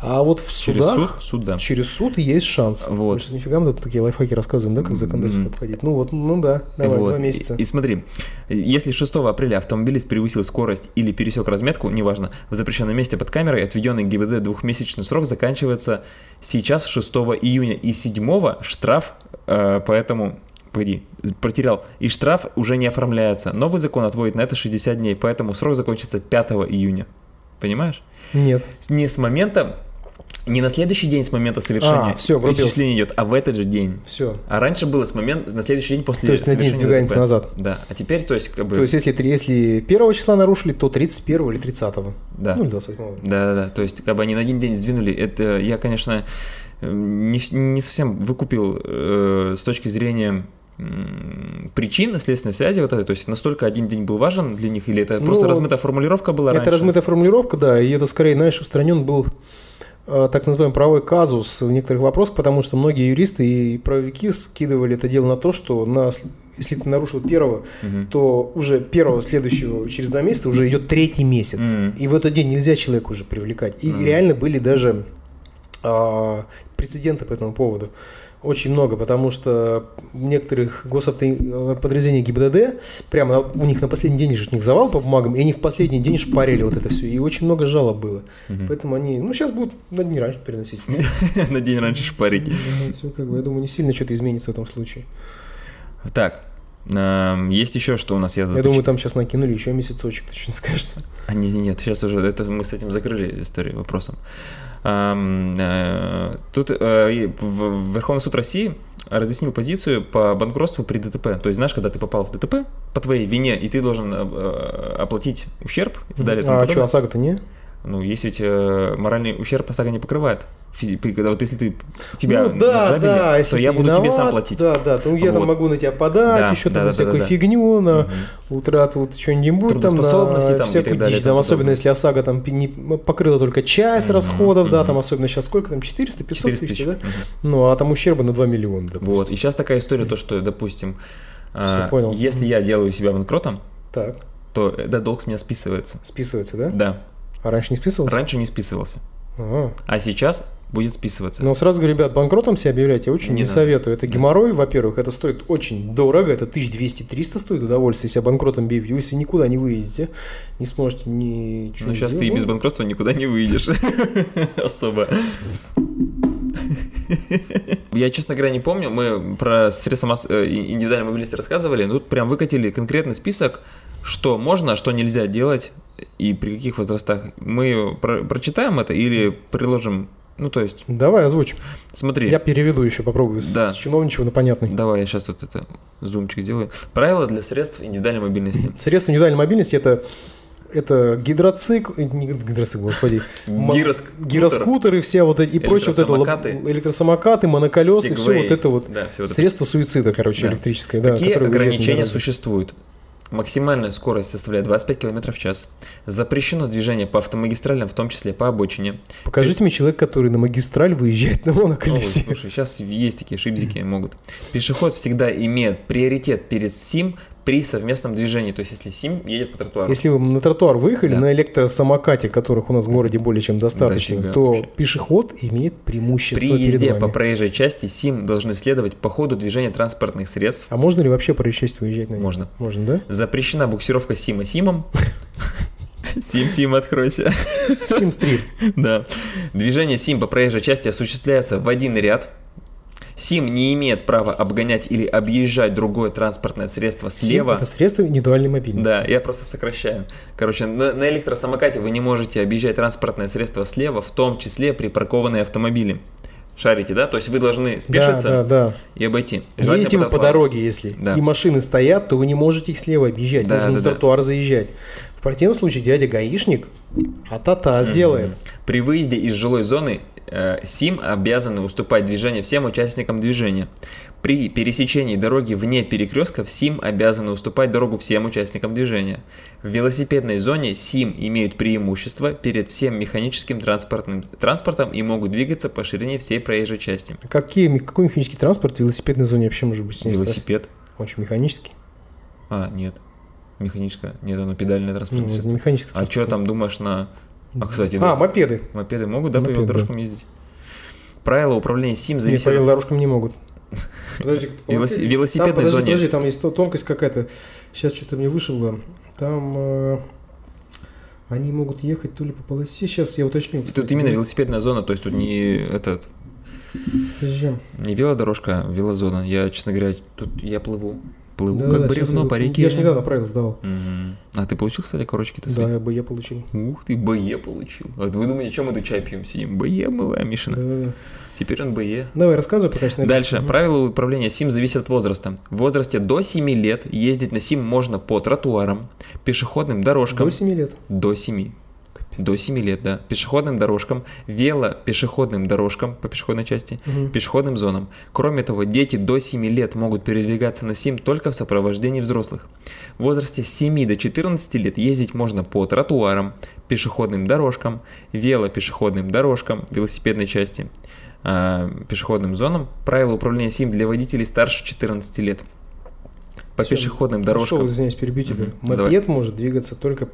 Speaker 4: А вот в
Speaker 3: Через
Speaker 4: судах...
Speaker 3: суд? Суд, да.
Speaker 4: Через суд есть шанс.
Speaker 3: Вот.
Speaker 4: Мы сейчас нифига мы тут такие лайфхаки рассказываем, да, как законодательство обходить. Ну вот, ну да, давай,
Speaker 3: Вот.
Speaker 4: два месяца.
Speaker 3: И, и смотри, если 6 апреля автомобилист превысил скорость или пересек разметку, неважно, в запрещенном месте под камерой отведенный ГИБД двухмесячный срок заканчивается сейчас 6 июня, и 7 штраф, э, поэтому Погоди, потерял. И штраф уже не оформляется. Новый закон отводит на это 60 дней, поэтому срок закончится 5 июня. Понимаешь?
Speaker 4: Нет.
Speaker 3: С- Не с момента, не на следующий день с момента совершения.
Speaker 4: А, всё, врубился.
Speaker 3: Перечисление идет, а в этот же день.
Speaker 4: Все.
Speaker 3: А раньше было с момента, на следующий день после
Speaker 4: То есть на день
Speaker 3: совершения
Speaker 4: сдвигаем
Speaker 3: ДТП.
Speaker 4: назад.
Speaker 3: Да, а теперь, то есть, как бы...
Speaker 4: То есть, если, три- если 1 числа нарушили, то 31 или 30.
Speaker 3: да.
Speaker 4: Ну, или 28.
Speaker 3: Да-да-да, то есть, как бы они на один день сдвинули. Это я, конечно, э, не, вс- не совсем выкупил э, с точки зрения м, причин следственной связи вот этой, то есть настолько один день был важен для них, или это
Speaker 4: Ну,
Speaker 3: просто размытая формулировка была
Speaker 4: Это
Speaker 3: раньше?
Speaker 4: размытая формулировка, да, и это скорее, знаешь, устранен был э, так называемый правовой казус в некоторых вопросах, потому что многие юристы и правовики скидывали это дело на то, что на, с- если ты нарушил первого,
Speaker 3: Мгм.
Speaker 4: то уже первого следующего через два месяца уже идет третий месяц.
Speaker 3: Мгм.
Speaker 4: И в этот день нельзя человека уже привлекать. И реально были даже а, прецеденты по этому поводу. Очень много, потому что в некоторых госавтоподразделениях ГИБДД прямо на- у них на последний день же у них завал по бумагам, и они в последний день шпарили вот это все. И очень много жалоб было. Поэтому они, ну, сейчас будут на дни раньше переносить. Ну,
Speaker 3: На день раньше шпарить.
Speaker 4: Всё, как бы, я думаю, не сильно что-то изменится в этом случае.
Speaker 3: Так, эм, есть еще что у нас? Я, тут
Speaker 4: Я думаю, там сейчас накинули еще месяцочек, ты что-нибудь скажешь.
Speaker 3: А, не, не, нет, сейчас уже это мы с этим закрыли историю вопросом. Ам, э, тут э, и в- Верховный суд России разъяснил позицию по банкротству при ДТП. То есть, знаешь, когда ты попал в ДТП по твоей вине, и ты должен э, э, оплатить ущерб и так далее. и тому
Speaker 4: А
Speaker 3: подобное.
Speaker 4: что, ОСАГО-то не?
Speaker 3: Ну, если ведь э, моральный ущерб ОСАГО не покрывает. Физи- при- когда вот если ты тебя
Speaker 4: ну, да,
Speaker 3: награбили,
Speaker 4: да, если
Speaker 3: то я
Speaker 4: ты
Speaker 3: буду тебе сам
Speaker 4: виноват,
Speaker 3: платить.
Speaker 4: Да, да, то я там
Speaker 3: Вот.
Speaker 4: могу на тебя подать,
Speaker 3: Да,
Speaker 4: еще
Speaker 3: да, да,
Speaker 4: там на
Speaker 3: да,
Speaker 4: всякую
Speaker 3: да.
Speaker 4: фигню, на
Speaker 3: Мгм.
Speaker 4: утрату вот чего-нибудь там, на
Speaker 3: Трудоспособности там и так
Speaker 4: всякую
Speaker 3: далее, и
Speaker 4: дичь,
Speaker 3: тому
Speaker 4: там, особенно
Speaker 3: подобное.
Speaker 4: если ОСАГО там пи- не покрыла только часть
Speaker 3: Мгм,
Speaker 4: расходов, да,
Speaker 3: мгм.
Speaker 4: там особенно сейчас сколько там, 400, 500
Speaker 3: 400
Speaker 4: тысяч,
Speaker 3: тысяч.
Speaker 4: да?
Speaker 3: Мгм.
Speaker 4: Ну, а там ущерба на 2 миллиона, допустим.
Speaker 3: Вот. И сейчас такая история, то, что, допустим, э,
Speaker 4: Всё, понял.
Speaker 3: если я делаю себя банкротом,
Speaker 4: Так,
Speaker 3: то этот долг с меня списывается.
Speaker 4: списывается, да?
Speaker 3: Да.
Speaker 4: А раньше не списывался?
Speaker 3: Раньше не списывался.
Speaker 4: А.
Speaker 3: А сейчас будет списываться.
Speaker 4: Но сразу говорю, ребят, банкротом себя объявлять я очень
Speaker 3: Не
Speaker 4: не,
Speaker 3: надо.
Speaker 4: советую. Это геморрой, во-первых, это стоит очень дорого, это 1200-300 стоит удовольствие себя банкротом бить, вы если никуда не выйдете, не сможете ничего
Speaker 3: Но сейчас
Speaker 4: сделать.
Speaker 3: ты и без
Speaker 4: Ну,
Speaker 3: банкротства никуда не выйдешь. Особо. Я, честно говоря, не помню. Мы про средства масс... э, и- индивидуальной мобильности рассказывали. но Тут прям выкатили конкретный список, что можно, а что нельзя делать и при каких возрастах. Мы про- прочитаем это или приложим... Ну, то есть,
Speaker 4: Давай озвучим.
Speaker 3: смотри.
Speaker 4: Я переведу еще, попробую
Speaker 3: Да.
Speaker 4: с чиновничего на понятный.
Speaker 3: Давай, я сейчас тут это зумчик сделаю. Правила для средств индивидуальной мобильности.
Speaker 4: Средства индивидуальной мобильности это это гидроцикл, э, не гидроцикл, господи, Мо-
Speaker 3: Гироскутер.
Speaker 4: гироскутеры все вот эти и прочее, вот это лоб-
Speaker 3: Электросамокаты.
Speaker 4: электросамокаты, моноколесы, все
Speaker 3: Segway.
Speaker 4: вот это вот
Speaker 3: Да, всё вот это.
Speaker 4: средство суицида, короче,
Speaker 3: Да.
Speaker 4: электрическое, да,
Speaker 3: Какие
Speaker 4: которое вредит
Speaker 3: ограничения
Speaker 4: на дороге.
Speaker 3: существуют? Максимальная скорость составляет 25 км в час. Запрещено движение по автомагистралям, в том числе по обочине.
Speaker 4: Покажите мне человека, который на магистраль выезжает на
Speaker 3: Ой,
Speaker 4: моноколесе.
Speaker 3: слушай, сейчас есть такие шибзики, могут. Пешеход всегда имеет приоритет перед СИМ при совместном движении. То есть, если СИМ едет по тротуару.
Speaker 4: Если вы на тротуар выехали
Speaker 3: Да.
Speaker 4: на электросамокате, которых у нас в городе более чем достаточно,
Speaker 3: Дофига
Speaker 4: то
Speaker 3: вообще.
Speaker 4: пешеход имеет преимущество
Speaker 3: При езде
Speaker 4: перед
Speaker 3: по
Speaker 4: вами.
Speaker 3: проезжей части СИМ должны следовать по ходу движения транспортных средств.
Speaker 4: А можно ли вообще по проезжей части выезжать на нем?
Speaker 3: Можно.
Speaker 4: Можно, да?
Speaker 3: Запрещена буксировка СИМа СИМом. Сим, Сим, откройся.
Speaker 4: Симстрим.
Speaker 3: Да. Движение СИМ по проезжей части осуществляется в один ряд. СИМ не имеет права обгонять или объезжать другое транспортное средство
Speaker 4: Сим –
Speaker 3: слева.
Speaker 4: это средство индивидуальной мобильности.
Speaker 3: Да, я просто сокращаю. Короче, на, на электросамокате вы не можете объезжать транспортное средство слева, в том числе припаркованные автомобили. Шарите, да? То есть вы должны спешиться
Speaker 4: Да, да,
Speaker 3: и обойти.
Speaker 4: да. Едете вы по
Speaker 3: тротуару.
Speaker 4: дороге, если
Speaker 3: Да.
Speaker 4: и машины стоят, то вы не можете их слева объезжать,
Speaker 3: Да,
Speaker 4: нужно
Speaker 3: да,
Speaker 4: на
Speaker 3: да.
Speaker 4: тротуар заезжать. В противном случае дядя гаишник а-та-та сделает.
Speaker 3: При выезде из жилой зоны э, СИМ обязаны уступать движение всем участникам движения. При пересечении дороги вне перекрестков СИМ обязаны уступать дорогу всем участникам движения. В велосипедной зоне СИМ имеют преимущество перед всем механическим транспортным транспортом и могут двигаться по ширине всей проезжей части.
Speaker 4: Какие, мех- какой механический транспорт в велосипедной зоне вообще может быть? Не спросил.
Speaker 3: Велосипед?
Speaker 4: Он что, механический?
Speaker 3: А, нет. Механическая. Нет, оно педальное
Speaker 4: Ну,
Speaker 3: транспортное
Speaker 4: это
Speaker 3: средство.
Speaker 4: Ну, механический
Speaker 3: А
Speaker 4: транспорт.
Speaker 3: что там думаешь на А, кстати,
Speaker 4: А,
Speaker 3: да.
Speaker 4: мопеды.
Speaker 3: мопеды могут, да, по
Speaker 4: мопед, да.
Speaker 3: велодорожкам ездить? Правила управления СИМ
Speaker 4: Нет,
Speaker 3: зависят...
Speaker 4: по велодорожкам не могут. Подожди, по
Speaker 3: Велос-
Speaker 4: велосипед-
Speaker 3: велосипедной
Speaker 4: там, подожди,
Speaker 3: зоне.
Speaker 4: подожди, там есть то- тонкость какая-то. Сейчас что-то мне вышибло. Там э, они могут ехать то ли по полосе. Сейчас я уточню.
Speaker 3: Тут именно велосипедная зона, то есть тут не этот,
Speaker 4: Подожди.
Speaker 3: не велодорожка, а велозона. Я, честно говоря, тут я плыву. Плыву
Speaker 4: Да-да-да,
Speaker 3: как
Speaker 4: щас
Speaker 3: бревно
Speaker 4: я-
Speaker 3: по реке.
Speaker 4: Я же недавно правила сдавал.
Speaker 3: Мгм. А ты получил, кстати, корочки-то
Speaker 4: Да, я бы я получил.
Speaker 3: Ух ты, БЕ получил. А вы думаете, чем мы тут чай пьем? Сидим. БЕ мы, а Мишина.
Speaker 4: Да-да-да.
Speaker 3: Теперь он БЕ.
Speaker 4: Давай, рассказывай пока. что-
Speaker 3: Дальше.
Speaker 4: Мгм.
Speaker 3: Правила управления СИМ зависят от возраста. В возрасте до 7 лет ездить на СИМ можно по тротуарам, пешеходным дорожкам.
Speaker 4: До 7 лет.
Speaker 3: До 7. До 7 лет, да. Пешеходным дорожкам, велопешеходным дорожкам по пешеходной части,
Speaker 4: Мгм.
Speaker 3: пешеходным зонам. Кроме того, дети до 7 лет могут передвигаться на СИМ только в сопровождении взрослых. В возрасте с 7 до 14 лет ездить можно по тротуарам, пешеходным дорожкам, велопешеходным дорожкам, велосипедной части, а, пешеходным зонам. Правила управления СИМ для водителей старше 14 лет. По
Speaker 4: Всё,
Speaker 3: пешеходным
Speaker 4: Пошел,
Speaker 3: дорожкам.
Speaker 4: извиняюсь, перебью
Speaker 3: Ну,
Speaker 4: тебя.
Speaker 3: Мгм.
Speaker 4: Мопед
Speaker 3: Давай.
Speaker 4: может двигаться только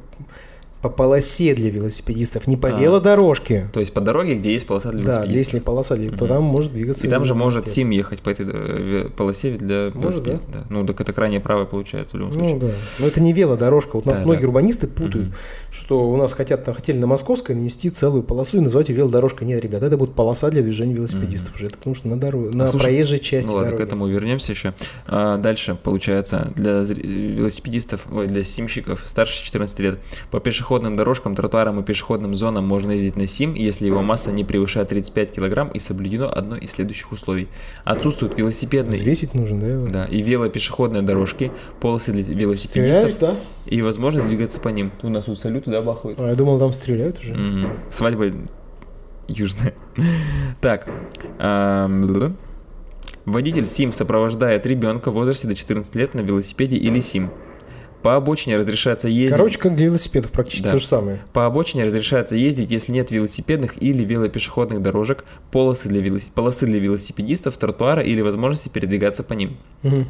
Speaker 4: по полосе для велосипедистов, не по
Speaker 3: А.
Speaker 4: велодорожке.
Speaker 3: То есть по дороге, где есть полоса для
Speaker 4: Да,
Speaker 3: велосипедистов.
Speaker 4: если полоса, для- то
Speaker 3: Мгм.
Speaker 4: там может двигаться.
Speaker 3: И там же
Speaker 4: велосипед.
Speaker 3: может СИМ ехать по этой э, ве- полосе для
Speaker 4: Может,
Speaker 3: велосипеда. Да. Ну, так это крайне правое получается в любом
Speaker 4: Ну
Speaker 3: случае.
Speaker 4: да. Но это не велодорожка. Вот нас
Speaker 3: Да,
Speaker 4: многие
Speaker 3: да.
Speaker 4: урбанисты путают,
Speaker 3: Мгм.
Speaker 4: что у нас хотят, там хотели на Московской нанести целую полосу и назвать ее велодорожкой. Нет, ребята, это будет полоса для движения велосипедистов уже. Это потому что на дорогу, на
Speaker 3: А, слушай,
Speaker 4: проезжей части
Speaker 3: ну ладно,
Speaker 4: дороги.
Speaker 3: к этому вернемся еще. А, дальше, получается, для зр- велосипедистов, ой, для симщиков старше 14 лет по пешеходным дорожкам, тротуарам и пешеходным зонам можно ездить на сим, если его масса не превышает 35 килограмм и соблюдено одно из следующих условий. Отсутствуют велосипедные
Speaker 4: Взвесить нужно, да? его?
Speaker 3: да, и велопешеходные дорожки, полосы для велосипедистов
Speaker 4: Стреляют, да?
Speaker 3: и возможность двигаться по ним. У нас тут салюты, да, бахают?
Speaker 4: А я думал, там стреляют уже.
Speaker 3: Мгм. Свадьба южная. Так. ам, бл-бл. Водитель СИМ сопровождает ребенка в возрасте до 14 лет на велосипеде или СИМ. По обочине разрешается ездить.
Speaker 4: Короче, как для велосипедов практически
Speaker 3: Да.
Speaker 4: то же самое.
Speaker 3: По обочине разрешается ездить, если нет велосипедных или велопешеходных дорожек, полосы для, велос- полосы для велосипедистов, тротуара или возможности передвигаться по ним.
Speaker 4: Мгм.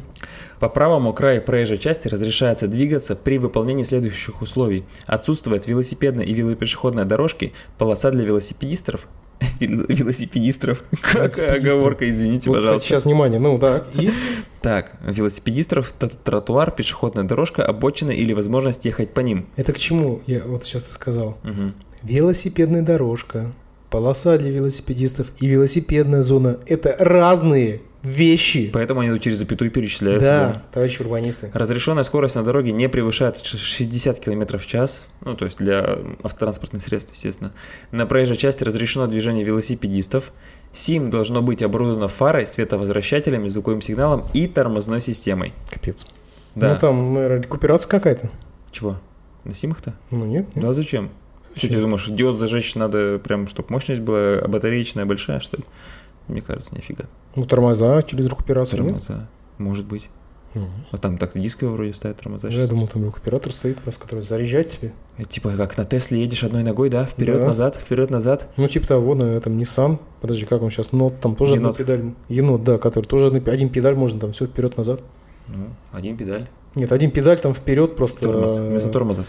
Speaker 3: По правому краю проезжей части разрешается двигаться при выполнении следующих условий. Отсутствует велосипедная и велопешеходная дорожки, полоса для велосипедистов. Вел- Велосипедистов. Какая
Speaker 4: Велосипедистов.
Speaker 3: оговорка, извините,
Speaker 4: Вот, кстати,
Speaker 3: пожалуйста.
Speaker 4: сейчас внимание. Ну так. И
Speaker 3: Так, велосипедистов, т- тротуар, пешеходная дорожка, обочина или возможность ехать по ним.
Speaker 4: это к чему я вот сейчас и сказал?
Speaker 3: Мгм.
Speaker 4: Велосипедная дорожка, полоса для велосипедистов и велосипедная зона – это разные вещи.
Speaker 3: Поэтому они тут через запятую перечисляются.
Speaker 4: Да, товарищи урбанисты.
Speaker 3: Разрешенная скорость на дороге не превышает ш- 60 км в час, ну, то есть для автотранспортных средств, естественно. На проезжей части разрешено движение велосипедистов. СИМ должно быть оборудовано фарой, световозвращателями, звуковым сигналом и тормозной системой.
Speaker 4: Капец.
Speaker 3: Да.
Speaker 4: Ну там наверное, рекуперация какая-то.
Speaker 3: Чего? На СИМах-то?
Speaker 4: Ну нет, нет.
Speaker 3: Да зачем? Что ты думаешь, диод зажечь надо прям, чтобы мощность была а батареечная большая, что ли? Мне кажется, нифига.
Speaker 4: Ну тормоза через рекуперацию. нет?
Speaker 3: Тормоза. Может быть.
Speaker 4: Мгм.
Speaker 3: А там так дисковые вроде стоят тормоза.
Speaker 4: Да,
Speaker 3: щас.
Speaker 4: Ну, я думал, там рекуператор стоит, просто который заряжает тебе.
Speaker 3: Типа как на Тесле едешь одной ногой, да? Вперед-назад, вперед-назад.
Speaker 4: Ну, типа того, на этом Nissan. Подожди, как он сейчас? Нот, там тоже одна
Speaker 3: Енот.
Speaker 4: педаль. Енот, да, который тоже одна пе- один педаль, можно там все вперед-назад.
Speaker 3: Ну, один педаль.
Speaker 4: Нет, один педаль там вперед просто.
Speaker 3: Тормоз.
Speaker 4: э,
Speaker 3: Вместо тормозов.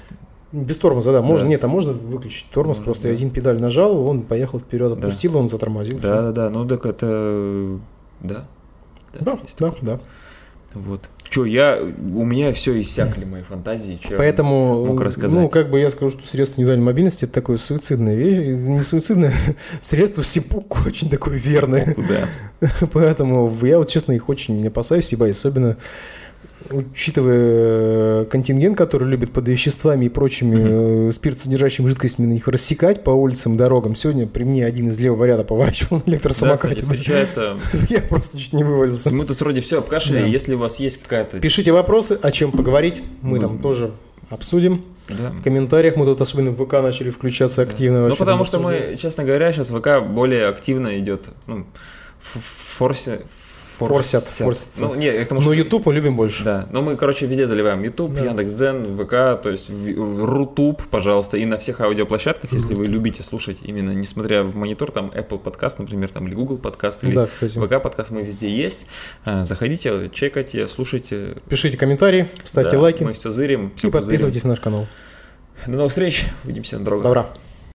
Speaker 4: Без тормоза, да, можно,
Speaker 3: Да.
Speaker 4: нет, а можно выключить тормоз,
Speaker 3: Можно,
Speaker 4: просто
Speaker 3: да.
Speaker 4: я один педаль нажал, он поехал вперед,
Speaker 3: Да.
Speaker 4: отпустил, он затормозил.
Speaker 3: Да, да, да. Ну так это. э, Да.
Speaker 4: всё. да,
Speaker 3: есть
Speaker 4: да,
Speaker 3: такое.
Speaker 4: да.
Speaker 3: Вот. Че, я. У меня все иссякли мои фантазии. чё я
Speaker 4: Поэтому,
Speaker 3: мог
Speaker 4: ну,
Speaker 3: рассказать.
Speaker 4: как бы я скажу, что средство индивидуальной мобильности это такое суицидное вещь, не суицидное, средство сипук очень такое верное,
Speaker 3: Да.
Speaker 4: поэтому я вот, честно, их очень опасаюсь и боюсь, особенно учитывая э, контингент, который любит под веществами и прочими э, спиртсодержащими жидкостями на них рассекать по улицам, дорогам. Сегодня при мне один из левого ряда поворачивал на
Speaker 3: Да, кстати,
Speaker 4: электросамокате.
Speaker 3: встречается.
Speaker 4: Я просто чуть не вывалился.
Speaker 3: Мы тут вроде все обкашляли.
Speaker 4: Да.
Speaker 3: Если у вас есть какая-то.
Speaker 4: Пишите вопросы, о чем поговорить. Мы
Speaker 3: Ну,
Speaker 4: там тоже обсудим.
Speaker 3: Да.
Speaker 4: В комментариях мы тут особенно в ВК начали включаться активно.
Speaker 3: Ну,
Speaker 4: вообще
Speaker 3: потому
Speaker 4: там
Speaker 3: что
Speaker 4: обсуждать.
Speaker 3: мы, честно говоря, сейчас ВК более активно идет. Ну, ф- форсе.
Speaker 4: Форсят, форсятся.
Speaker 3: Ну, нет, потому что-
Speaker 4: Но YouTube мы любим больше.
Speaker 3: Да, но мы, короче, везде заливаем YouTube,
Speaker 4: Да.
Speaker 3: Яндекс.Зен, ВК, то есть в- в Рутуб, пожалуйста, и на всех аудиоплощадках, если вы любите слушать именно, несмотря в монитор, там Apple подкаст, например, там или Google подкаст, или
Speaker 4: Да, кстати.
Speaker 3: ВК подкаст, мы везде есть. А, Заходите, чекайте, слушайте.
Speaker 4: Пишите комментарии, ставьте
Speaker 3: Да,
Speaker 4: лайки
Speaker 3: Мы все зырим,
Speaker 4: и
Speaker 3: все
Speaker 4: подписывайтесь на наш канал.
Speaker 3: До новых встреч, увидимся на дорогах.
Speaker 4: Добра.